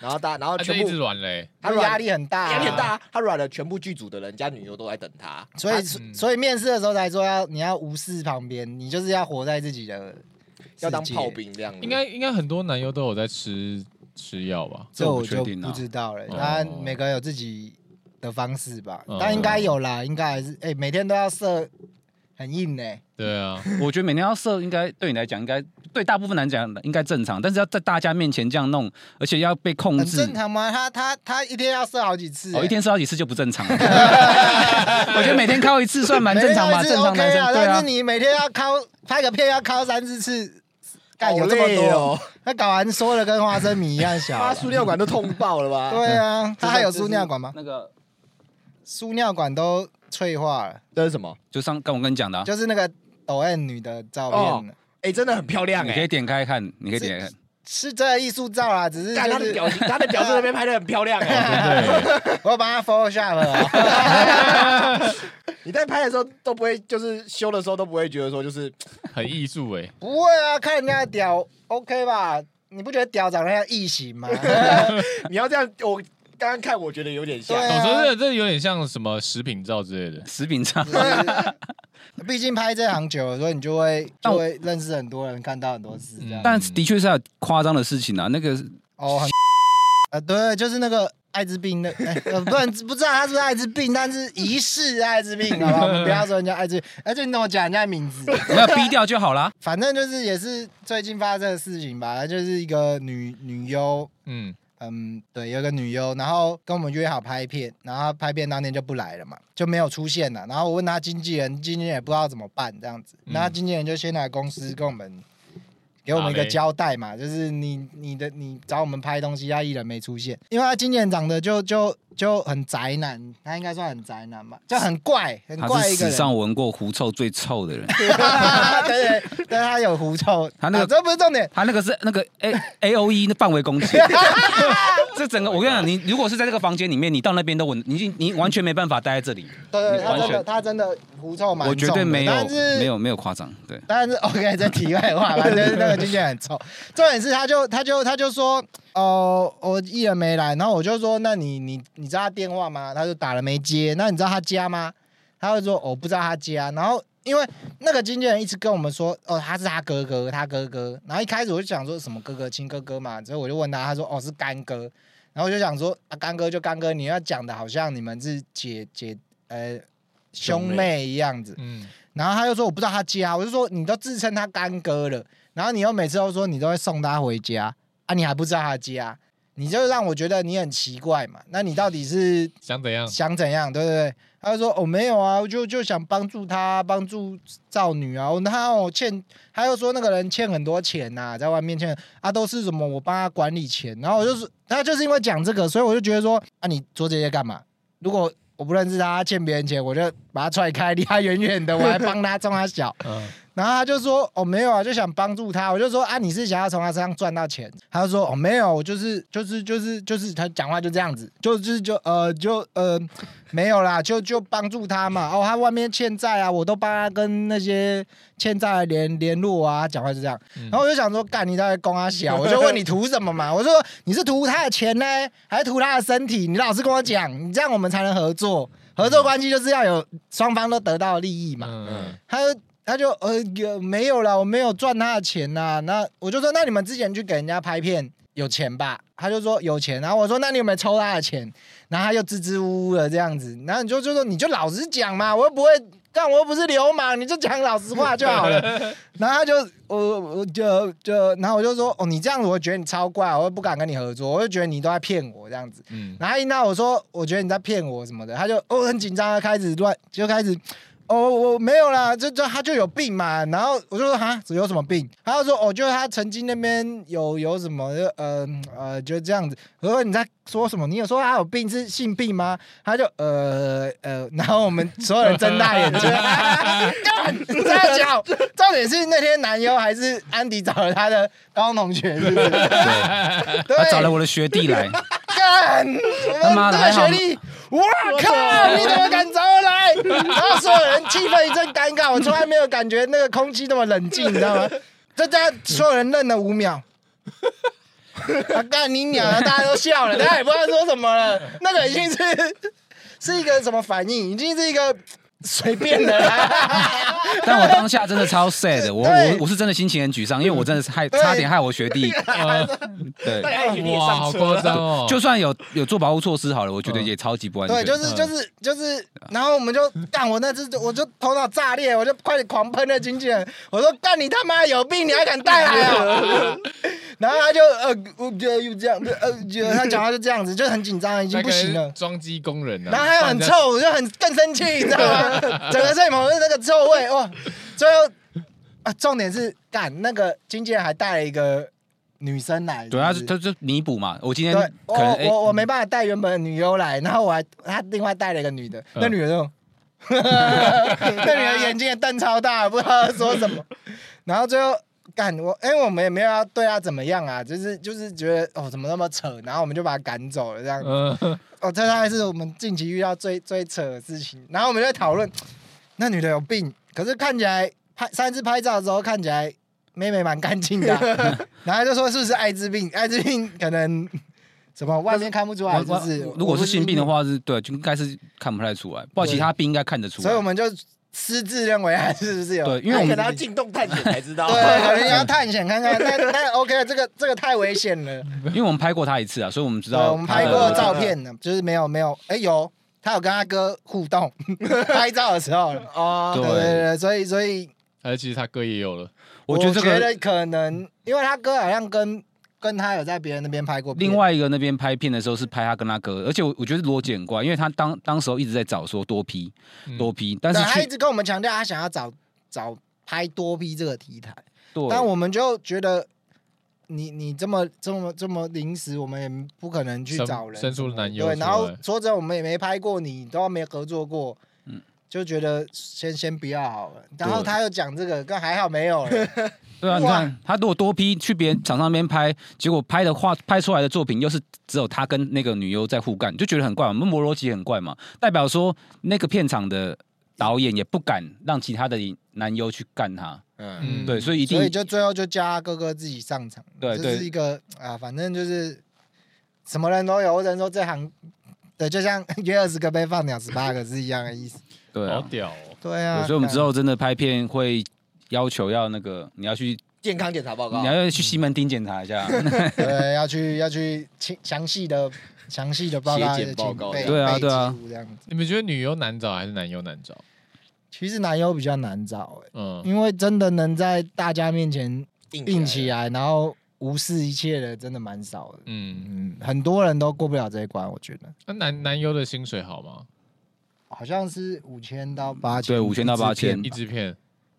然后大然后他就全一直部软嘞。他压力很大，啊压力很，大，啊他软了，全部剧组的人加女优都在等他。所以嗯所以面试的时候才说要你要无视旁边，你就是要活在自己的要当世界炮，兵这样子，应该应该很多男优都有在吃吃药吧？这我我不确就定不啊知道了。哦他每个人有自己的方式吧哦，但应该有啦，应该还是哎，每天都要射，很硬呢。对 啊，我觉得每天要射，应该对你来讲，应该对大部分来讲应该正常，但是要在大家面前这样弄，而且要被控很制正，常吗？他他他一天要射好几次、嗯哦，欸一天射好几次就不正 常了。我觉得每天靠一次算蛮正常吧，每天要一正常次男 OK 生啊，对但啊是。你每天要敲拍个片要敲三四次，干有这好么累多哦，那搞完缩的跟花生米一样小 妈 啊。输尿管都痛爆了 吧？对啊，他还有这是输尿管吗？那个输尿管都脆化了，这是什么？就上跟我跟你讲的啊，就是那个抖 M 女的照片了，哎、真的很漂亮你哎、可以点开看，你可以点开看。是这艺术照啦，只是看就他的是表情，他的表情那边拍的很漂亮哎、真的耶。我把它 Photoshop 了 啊。你在拍的时候都不会，就是修的时候都不会觉得说，就是 很艺术哎。不会啊，看人家的屌 OK 吧？你不觉得屌长得像异形吗？ 你要这样。我刚刚看，我觉得有点像对。啊我说这这有点像什么食品照之类的。食品上嗯就是毕竟拍这行久了，所以你就会但就我会认识很多人，看到很多事这样。嗯但的确是要有夸张的事情啊。那个哦，很 呃，对，就是那个艾滋病的，哎呃，不然不知道他是不是艾滋病，但是疑似艾滋病，好不好？我们不要说人家艾滋病，而且你怎么讲人家名字？我们要逼掉就好啦。反正就是也是最近发生的事情吧，就是一个女女优，嗯，嗯，对，有个女优，然后跟我们约好拍片，然后她拍片当天就不来了嘛，就没有出现了。然后我问她经纪人，经纪人也不知道怎么办这样子，嗯然后经纪人就先来公司跟我们给我们一哪个嘞交代嘛，就是你你的你找我们拍东西，他艺人没出现，因为他今年长得就就就很宅男，他应该算很宅男吧，就很怪， 很他怪是一个史人。上闻过狐臭最臭的人。对对对，他有狐臭，他那个啊这不是重点，他那个是那个 A A O E 那范围攻 击，这整个我跟你讲，你如果是在这个房间里面，你到那边都闻，你已经你完全没办法待在这里，对对，你他完真的全他真的狐臭蛮我绝对重的没有但是没有没有夸张，对，但是 OK，这题外话，反正那个经纪人很臭。 重点是他就他就他就说，哦、我艺人没来，然后我就说，那你你你知道他电话吗？他就打了没接。那你知道他家吗？他会说，哦我、不知道他家。然后因为那个经纪人一直跟我们说，哦，他是他哥哥，他哥哥。然后一开始我就想说什么哥哥亲哥哥嘛，之后我就问他，他说哦是干哥。然后我就想说，啊干哥就干哥，你要讲的好像你们是姐姐呃兄兄妹妹一样子。嗯，然后他就说我不知道他家，我就说你都自称他干哥了，然后你又每次都说你都会送他回家啊，你还不知道他家，你就让我觉得你很奇怪嘛。那你到底是想怎样？想怎样，对不对？他就说哦没有啊，我就就想帮助他，帮助少女啊。我他我欠，他又说那个人欠很多钱呐、在外面欠啊，都是什么我帮他管理钱。然后我就是他就是因为讲这个，所以我就觉得说啊，你做这些干嘛？如果我不认识他，他欠别人钱，我就把他踹开，离他远远的，我还帮他冲他小。嗯，然后他就说：“哦，没有啊，就想帮助他。”我就说：“啊，你是想要从他身上赚到钱？”他就说：“哦，没有，我就是就是就是就是他讲话就这样子，就就是就呃就呃没有啦，就就帮助他嘛。哦，他外面欠债啊，我都帮他跟那些欠债的联联络啊，他讲话就这样。然后我就想说，干你在公他小，我就问你图什么嘛？我说你是图他的钱呢，还是图他的身体？你老实跟我讲，你这样我们才能合作。合作关系就是要有双方都得到利益嘛。嗯，他就他就呃有没有啦，我没有赚他的钱呐、那我就说，那你们之前去给人家拍片有钱吧？他就说有钱。然后我说，那你有没有抽他的钱？然后他就支支吾吾的这样子。然后你就就说，你就老实讲嘛，我又不会。干我又不是流氓，你就讲老实话就好了。然后他就，我我就就，然后我就说，哦，你这样子，我觉得你超怪，我又不敢跟你合作，我就觉得你都在骗我这样子。嗯，然后一闹我说，我觉得你在骗我什么的，他就哦很紧张，他开始乱，就开始哦我没有啦，就就他就有病嘛。然后我就说哈，有什么病？他就说哦，就是他曾经那边有有什么就呃呃就这样子。我说你在说什么？你有说他有病是性病吗？他就呃呃，然后我们所有人睁大眼睛， 干在讲。重点是那天男优还是安迪找了他的高中同学，是不是？ 对，他找了我的学弟 来，干！我他们妈的大还好学历，我靠！你怎么敢找我来？然后所有人气氛一阵尴尬，我从来没有感觉那个空气那么冷静，你知道 吗？大家所有人愣了五 秒。啊！干你鸟！大家都笑了，大家也不知道说什么了。那个已经是是一个什么反应，已经是一个随便的啦。但我当下真的超 sad，的我对我我是真的心情很沮丧，因为我真的是害对差点害我学弟， 啊 对大，家一群也呃哇，上好车夸了，张哦！就算有有做保护措施好了，我觉得也超级不安嗯对，全，嗯就是就是就是，然后我 们就干我那次，我就头脑炸裂，我就快点狂喷那经纪人，我说干你他妈有病，你还敢带来 啊？然后他就呃，我觉得又这样，呃，觉得他讲话就这样子，就很紧张，已经那不个行了。装机工人啊，然后他又很 臭，我就很更生气，你知道 吗？整个摄影棚是那个臭味哇！最后啊，重点是干那个经纪人还带了一个女生来，对啊，是他不是他就弥补嘛，我今天对，我可能哎我我没办法带原本的女优来，然后我还他另外带了一个女的，嗯那女的 就，那女的眼睛也瞪超大，不知道她说什么，然后最后。干我，因为我们也没有要对她怎么样啊，就是就是觉得哦怎么那么扯，然后我们就把她赶走了这样。嗯，哦，这大概是我们近期遇到最最扯的事情。然后我们就在讨论，那女的有病，可是看起来拍上一次拍照的时候看起来妹妹蛮干净的 啊，然后就说是不是艾滋病？艾滋病可能什么外面看不出来，我是不是？如果是性病的我话，是对，就应该是看不太出来，不然对其他病应该看得不出是，来。所以我们就私自认为还是不是有对，因为我可们能要进洞探险才知道。对，可能要探险看看。那那 OK，这个这个太危险了。因为我们拍过他一次啊，所以我们知对，道我们拍他过的照片的，就是没有没有，哎、有，他有跟他哥互动， 拍照的时候了。 哦，对对对对，所以所以而其实他哥也有了，我觉得这个可能，因为他哥好像跟跟他有在别人那边拍过片，另外一个那边拍片的时候是拍他跟他哥，而且我我觉得逻辑很怪，因为他当当时候一直在找说多批嗯多批，但对，是他一去直跟我们强调他想要找找拍多批这个题材，对，但我们就觉得你你这么这么这么临时，我们也不可能去伸找人伸出什么的男友对，出然后来说真的，我们也没拍过你，都没合作过，嗯就觉得先先不要好了。然后对他又讲这个，更还好没有 了，对啊，你哇看他如果多批去别人厂商那边拍，结果拍的话拍出来的作品又是只有他跟那个女优在互干，你就觉得很怪嘛，我们摩逻辑很怪嘛，代表说那个片场的导演也不敢让其他的男优去干他，嗯，嗯，对，所以一定所以就最后就叫他哥哥自己上场。对这对是一个啊，反正就是什么人都有，或者说这行。对，就像约二十个被放鸟十八个是一样的意思。对好啊，屌哦，对对啊，所以我们之后真的拍片会要求要那个你要去健康检查报告你，要去西门町检查一下，嗯对，要去要去清详细的详细的报告，写检报告请备对啊备对啊记录这样子。你们觉得女优难找还是男优难找？其实男优比较难找、欸，嗯，因为真的能在大家面前硬硬起来，然后无视一切的，真的蛮少的。嗯，嗯，很多人都过不了这一关，我觉得那男男优的薪水好吗？好像是五千到八千，对5000到8000一支片，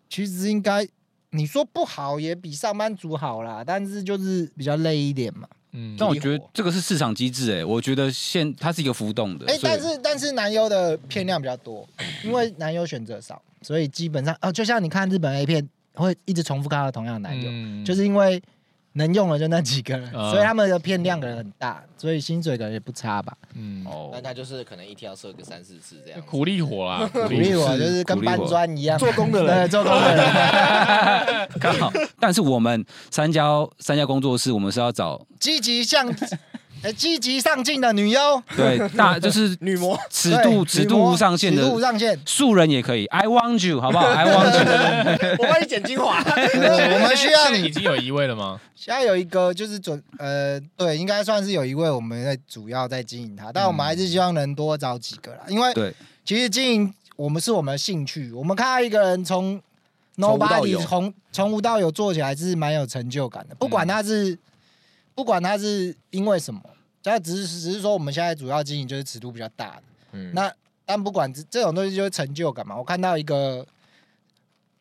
其实应该你说不好也比上班族好啦，但是就是比较累一点嘛。嗯， 但我觉得这个是市场机制哎、我觉得现它是一个浮动的，哎、所以嗯但是但是男优的片量比较多，因为男优选择少，所以基本上哦，就像你看日本 A 片会一直重复看到同样的男优，嗯就是因为能用的就那几个人，啊所以他们的片量可能很大，所以薪水可能也不差吧。嗯，那哦，他就是可能一天要射个三四次这样子。苦力活啦， 苦鼓励力活，我就是跟鼓励搬我砖一样，做工的人 对，做工的人， 刚好，但是我们三家三家工作室，我们是要 找积极向，呃，积极上进的女优，对大就是女模，尺对度尺女度模无上限尺度无的上 限。素人也可以，I want you，好不好？I want you，我帮你剪精华。对我们需要现在已你。经有一位了 吗？现在有一个就是准，呃，对，应该算是有一位我们在主要在经营他，但我们还是希望能多找几个啦，嗯因为对其实经营我们是我们的兴趣，我们看到一个人从从无到 nobody 有从从无到有做起来是蛮有成就感的，不嗯管他是、不管他是因为什么，但只是只是说我们现在主要经营就是尺度比较大的，嗯那但不管这这种东西就是成就感嘛，我看到一个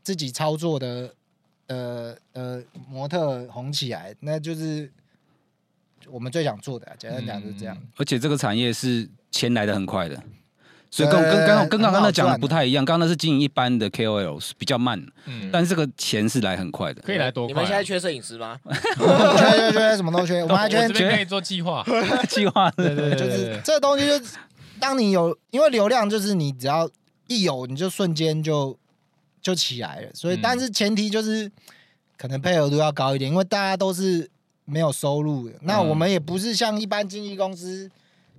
自己操作的呃呃模特红起来，那就是。我们最想做的啊、简单讲就是这样。嗯而且这个产业是钱来的很快的。所以跟对跟刚跟刚很刚好那讲的赚不太一样，刚刚那是经营一般的 KOL 是比较慢，嗯，但是这个钱是来很快的。可以来多你快啊？们现在缺摄影师吗？缺缺缺什么都缺，我我们还缺这边可以做计 划，计划的对对对就对是对，这东西就是，当你有，因为流量就是你只要一有，你就瞬间就就起来了。所以，嗯但是前提就是可能配合度要高一点，因为大家都是没有收入的。那嗯我们也不是像一般经纪公司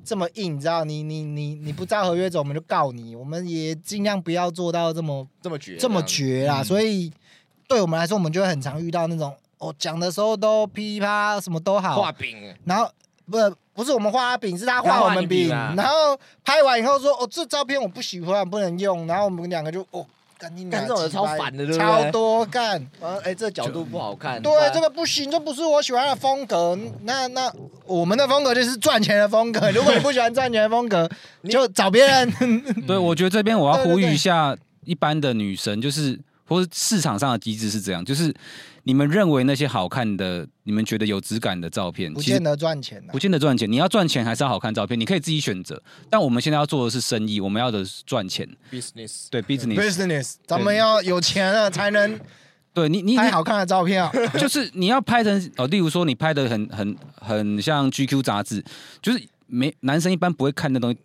这么硬，你知道？你你你你不照合约走，我们就告你。我们也尽量不要做到这么这么绝，这么绝啦。嗯所以，对我们来说，我们就会很常遇到那种哦，讲的时候都噼里啪啦，什么都这样好，画饼，然后不不是我们画他饼，是他他画画我你们饼饼。啊然后拍完以后说：“哦，这照片我不喜欢，不能用。”然后我们两个就哦，赶紧干这种人超烦的对不对超多干。呃，哎，这角度不好看。对，这个不行，这不是我喜欢的风格。那那我们的风格就是赚钱的风 格。如果你不喜欢赚钱的风格，就找别人。 对，我觉得这边我要对对呼吁对一下一般的女生，就是或是市场上的机制是这样，就是你们认为那些好看的、你们觉得有质感的照片，不其实见得赚钱啊不见得赚钱。你要赚钱还是要好看照片，你可以自己选择。但我们现在要做的是生意，我们要的是赚钱， business 对 business， Business，咱们要有钱了才能对你你拍你好看的照片啊。就是你要拍成哦，例如说你拍的很很很像 GQ 杂志，就是没男生一般不会看那东西，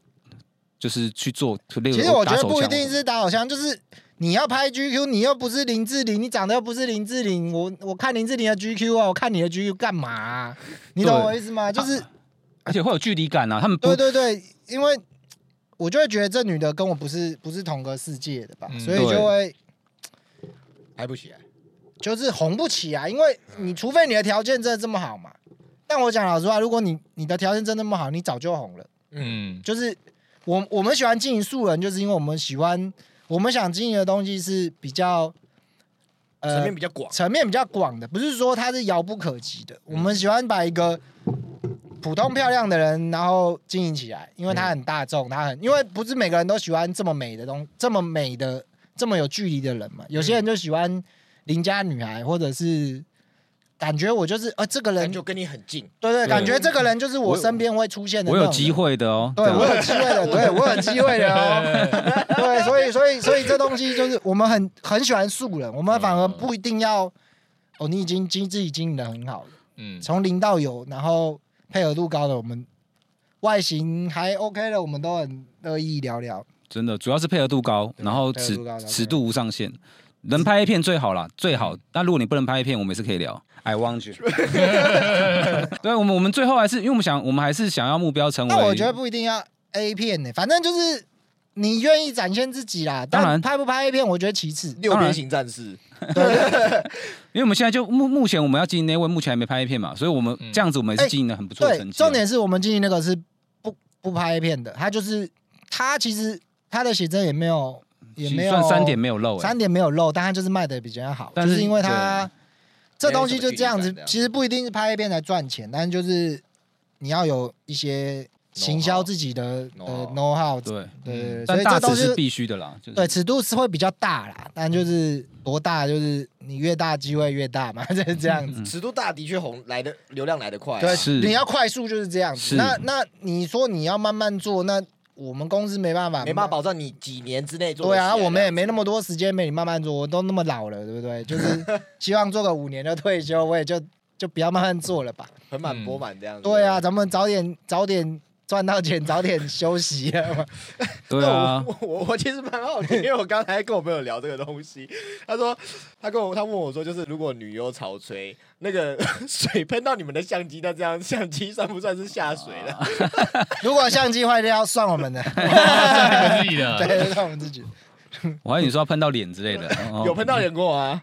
就是去做，例如其实我觉打得手不一枪定是打手枪，就是你要拍 GQ，你又不是林志玲，你长得又不是林志玲，我我看林志玲的 GQ 啊，我看你的 GQ 干嘛啊、你懂对啊我意思吗？就是而且会有距离感啊，他们不对对对，因为我就会觉得这女的跟我不是不是同个世界的吧，嗯所以就会拍不起来。就是红不起来，因为你除非你的条件真的这么好嘛。但我讲老实话，如果你你的条件真的那么好，你早就红了。嗯就是我我们喜欢经营素人，就是因为我们喜欢我们想经营的东西是比较层呃面比较广，层面比较广的，不是说它是遥不可及的。我们喜欢把一个普通漂亮的人，然后经营起来，因为它很大众，它很因为不是每个人都喜欢这么美的东这么美的这么有距离的人嘛。有些人就喜欢邻家女孩，或者是感觉我就是呃这个但人，就跟你很近，对对，对感觉这个人就是我我身边会出现的，我有机。会的哦。对，这样我有机会的， 对我有机会的哦。对，所以所以所以这东西就是我们很很喜欢素人，我们反嗯而不一定要哦，你已经经自己经营的很好了， 嗯，从零到有，然后配合度高的，我们外形还 OK 的，我们都很乐意聊聊。真的主要是配合度高，然后配合尺度高然后尺度无上限。能拍 A 片最好啦，最好。但如果你不能拍 A 片，我们也是可以聊。I want you。对，我们我们最后还是，因为我们想，我们还是想要目标成为。那我觉得不一定要 A 片呢、反正就是你愿意展现自己啦。当然但拍不拍 A 片，我觉得其次。六边形战士，因为我们现在就目目前我们要经营那位，目前还没拍 A 片嘛，所以我们嗯这样子，我们也是经营的很不错的哎对成，绩啊。重点是我们经营那个是不不拍 A 片的，他就是他其实他的写真也没有也没有嗯算三点没有漏哎、三点没有漏，但他就是卖的比较好，但是就是因为他这东西就这样没有什么距离子感这，样其实不一定是拍 A 片来赚钱，但就是你要有一些行销自己的 Know-how 呃 know how，对对，嗯对对，所但以这大东尺西是是必须的啦。就是、对，尺度是会比较大啦，但就是多大就是你越大机会越大嘛， 就是这样子。嗯尺度大的确红来的流量来的快啊，对，是你要快速就是这样子。是那那你说你要慢慢做，那我们公司没办法，没办法。保证你几年之内做得对起来这啊，样子。我们也没那么多时间陪你慢慢做，我都那么老了，对不对？就是 希望做个五年就退休，我也就就不要慢慢做了吧。盆满钵满这样子。对啊，，咱们早点早点赚到钱，早点休息啊。 对啊，我我 我其实蛮好奇，因为我刚才跟我朋友聊这个东西，他说他跟我他问我说，就是如果女优潮吹那个 水喷到你们的相机，那这样相机算不算是下水了？如果相机坏掉，算我们 的，算你们自己 的，对，对算我们自己。我还以为你说要喷到脸之 类的，哦有喷到人过吗？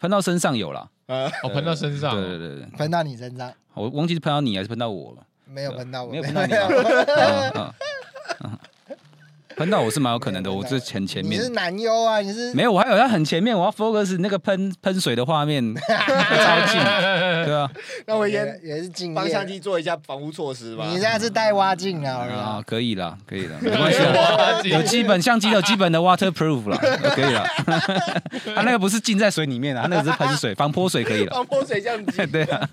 喷到身上有啦。嗯呃，我哦喷到身对上，对对对，喷到你身上，我忘记是喷到你还是喷到我了。没有喷到我，没有喷到你啊，啊啊啊喷到我是蛮有 可能的，没有我喷这到前前你面是男优啊，你是没有，我还有要很前面，我要 focus 那个喷喷水 的画面，超近，对啊，那我也先也是敬业帮相机做一下防护措施吧。你现在是带蛙镜啊，好不啊好，可以啦，可以啊啦，没关系啦。我有基本相机的基本的 waterproof 啦，哦可以啦。 它那个不是浸在水里面的，啊它那个是喷 水，防泼水可以了。，防泼水相机 哎对啊，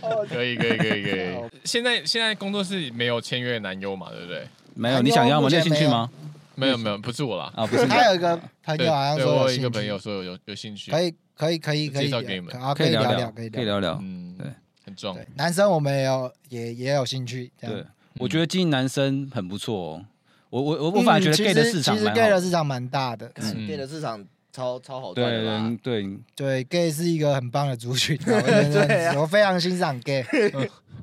哦可以可以可以可 以。现在现在工作室没有签约男优嘛，对不嗯对？没有，你想要吗？你有兴趣吗？没有没有，不是我啦。哎啊，不是你， 他有一个朋对，友好像对说我有一兴个趣朋友说有有有兴趣，可以可以可以可以介绍给你们啊，可以聊聊可以可以。聊聊。嗯，对，很重对，男生我们也有也也有兴趣，这样对，我觉得经营男生很不错哦。我我我我反而觉嗯得其 gay 的实市场其实蛮 gay 好的的。市场蛮大的，嗯变得市场超超好赚对的吧对？对，对，gay 是一个很棒的族群啊，我觉 得对啊我非常欣赏 gay，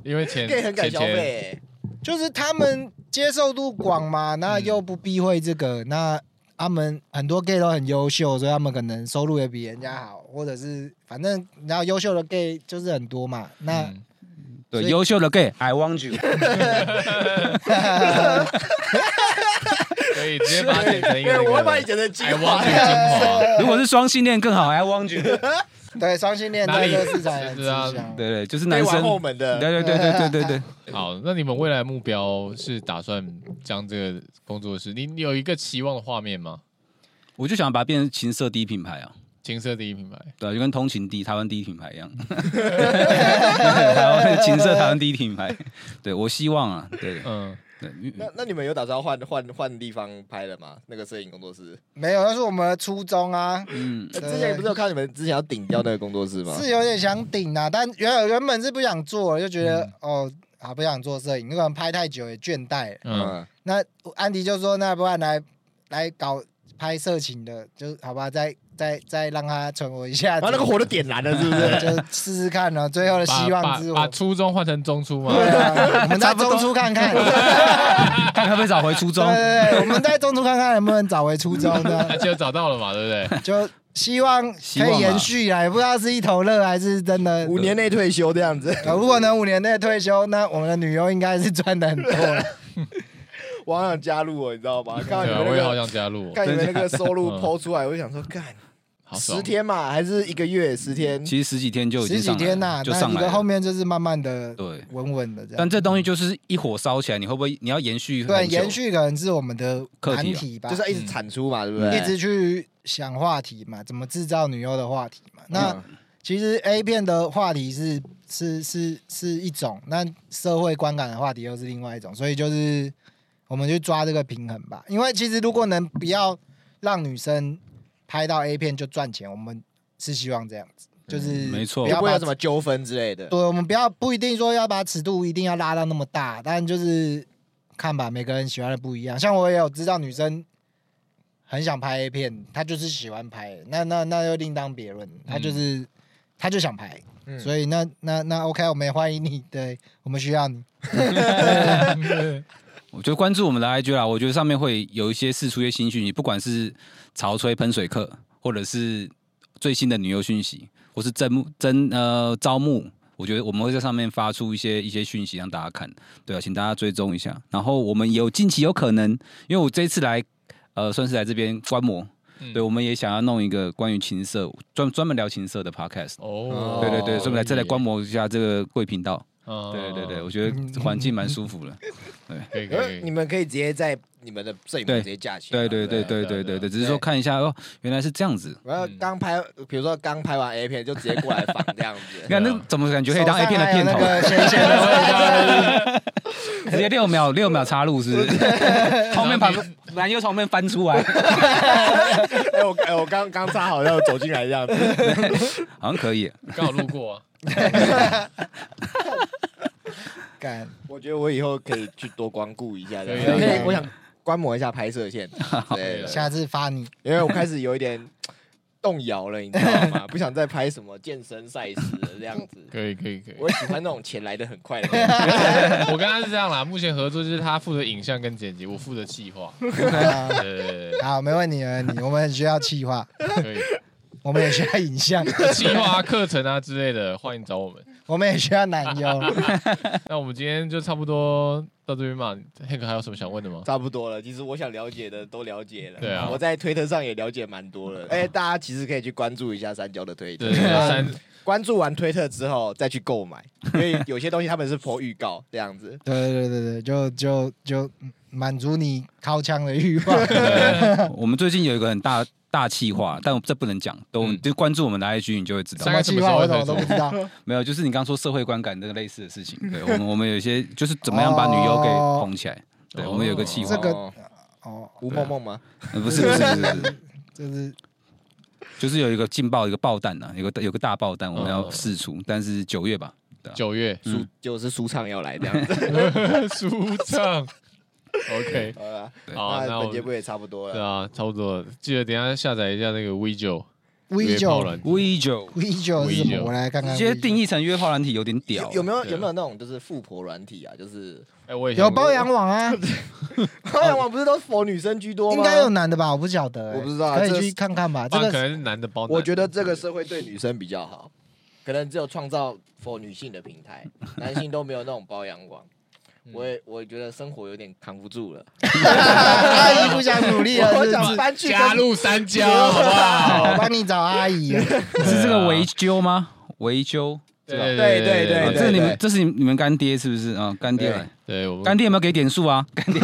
因为前 gay 很敢前消前费就是他们接受度广嘛，那嗯又不避讳这个，那他们很多 gay 都很优秀，所以他们可能收入也比人家好，或者是反正然后优秀的 gay 就是很多嘛，那。嗯对所以优秀的 gay，I want you。可以直接把它剪成欸，一因个为那个我会把你剪成精 I 华 want。you 精华。 如果是双性恋更好，I want you。对，双性恋哪在里这个市场也很吃是啊香。对对，就是推男完生。后门的，对对对对对对 对，好，那你们未来目标是打算将这个工作室，你你有一个期望的画面吗？我就想把它变成情色第一品牌啊。青色第一品牌，对啊，就跟通勤第一台湾第一品牌一样， 台湾情色台湾第一品牌。对我希望啊，对嗯，对，那那你们有打算换换换地方拍了吗？那个摄影工作室，没有，那是我们的初衷啊，嗯，呃之前不是有看你们之前要顶掉那个工作室吗？是有点想顶啊，但原原本是不想做，就觉得、嗯哦，啊不想做摄影，那个人拍太久也倦怠了。嗯，那安迪就说，那不然来来搞拍色情的，就好吧，再再再让他存活一然下子，啊后那个火都点燃了，是不 对是？ 就试试看哦，最后的把希把望之把火。初中换成中 初吗？对啊，我们在中初看看，看可不可以找回初对衷。对对，我们在中初看看能不能找回初衷呢？那就找到了嘛，对 不对？就希望希可望啊以延续啊，也不知道是一头热还是真的。五年内退休这样子，呃如果能五年内退休，那我们的女优应该是赚的很多了。我好想加入哦，你知道吗？看到对你啊，们我也好那个，想加入，看你们那个收入嗯抛出来，我就想说，干好爽嗯十，天嘛，还是一个月十天？其实十几天 就已经十几上来了天呐、就那上你来的后了。面就是慢慢的对，稳稳的这但样。这东西就是一火烧起来，你会不会你要延续很对，啊久延续可能是我们的课题啊难题吧，就是要一直产出嘛，对不嗯对？一直去想话题嘛，怎么制造女优的话题嘛。啊那、嗯其实 A 片的话题是是是是一种，那社会观感的话题又是另外一种，所以就是我们就抓这个平衡吧。因为其实如果能不要让女生拍到 A 片就赚钱，我们是希望这样子，就是、嗯没错不也要不会把有什么纠纷之类的。对，我们不要不一定说要把尺度一定要拉到那么大，但就是看吧，每个人喜欢的不一样。像我也有知道女生很想拍 A 片，她就是喜欢拍，那那那又另当别论，她嗯就是、她就想拍，嗯所以那那那 OK，我们也欢迎你，对我们需要你。我就关注我们的 IG 啦，我觉得上面会有一些试出一些新讯息，不管是潮吹喷水课，或者是最新的女优讯息，或是征募征呃招募，我觉得我们会在上面发出一些一些讯息让大家看，对啊，请大家追踪一下。然后我们有近期有可能，因为我这一次来呃算是来这边观摩，嗯对，我们也想要弄一个关于情色专专门聊情色的 podcast。哦，对对对，哦所以我们来再来耶观，摩一下这个贵频道。嗯对对对，我觉得环境蛮舒服的。可以可呃以，你们可以直接在你们的摄影棚对直接啊架起来。对对对对对对对，只是说看一下哦，原来是这样子。我要嗯刚拍，比如说刚拍完 A 片就直接过来仿这 样子你。看那怎么感觉可以当 A 片的片手上还有那个头？咸咸 的直接六秒六秒插入是不是？ 后面把男优从后面翻出来，哎，我哎我刚刚插好，然后走进来这样子。好像可以。刚好路过啊，感， 我觉得我以后可以去多光顾一下，可可以以啊可以，我想观摩一下拍摄 线。对，下次发 你。因为我开始有一点动摇了，你知道 吗？不想再拍什么健身赛事了这样子。可以可以可以。我喜欢那种钱来的很快的感觉。我跟他是这样啦，目前合作就是他负责影像跟剪辑，我负责企划。啊对对对好，没问题，没问题。我们很需要企划，对，可以我们也需要影像，企划啊、课程啊之类的，欢迎找我们。我们也需要男优。那我们今天就差不多到这边嘛。Hank 还有什么想问的吗？差不多了，其实我想了解的都了解了。哦对啊啊我在推特上也了解蛮多了。哎，大家其实可以去关注一下三焦的推特对，。三 关注完推特之后再去购买，因为有些东西他们是播预告这样 子。对对对对，就就就嗯满足你掏枪的欲望。我们最近有一个很大大气化，但我这不能讲，等就关注我们的 IG 你就会知什道 大。么概什么时计划候我会怎推么出都不知道， 没有，就是你刚说社会观感这个类似的事情。对我们我们有一些就是怎么样把女优给捧起来。对，我们有个计划这，个哦哦，吴梦梦吗？啊不是不是不是。就是就是有一个劲爆，一个爆弹呐、啊，有个有个大爆弹，我们要嗯试出，但是九月吧，九月舒就是舒畅要来这样 子。舒畅。OK，好了，好，啊那那我本节们目也差不多对了。啊，差不多了。记得等一下下载一下那个 V 九 V 炮九软体 V 九 V 九是微什么？酒我来看看直 V9。接定义成约炮软体有点屌有，有没有对啊有没有那种就是富婆软体啊？就是 哎，我也想有包养网 啊，互哦联网不是都是否女生居多吗？应该有。男的吧？我不晓得欸，我不知道啊可这以个去是看看吧。这包养可个能是男的包男的，我觉得这个社会对女生比较好，可能只有创造否女性的平 台，男性都没有那种包养网。我也我觉得生活有点扛不住了， 阿姨不想努力 了，我是不想是？搬去跟加入三焦，好不我好？帮你找 阿姨啊。是这个维修吗？维修，对吧对对啊对这是你们这是你们干爹是不是啊？干爹对，对我们干爹有没有给点数啊？干爹，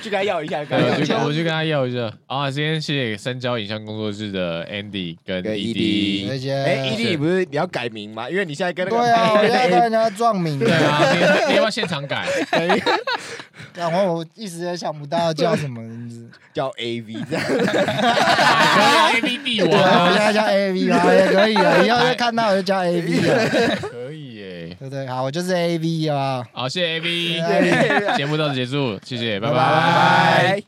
去跟他要一下，跟他要一我去下。我去跟他要一下啊！今天谢谢三焦影像工作室的 Andy 跟 E 跟 E E ED，谢哎谢。 ，ED 你不是你要改名吗？因为你现在跟那个对啊，我现在 A- 跟人家撞名，对啊，你你要不要现场改？然后我一时也想不到叫什么名字。叫 AV 这样， A B B 我对啊，我现啊在叫 A V 啊，也可以啊，以后再看到我就叫 A V 啊。可以耶。对不对？好，我就是 A V 啊。好，谢谢 A B，对节目到此结束，谢谢，拜拜拜拜。 拜。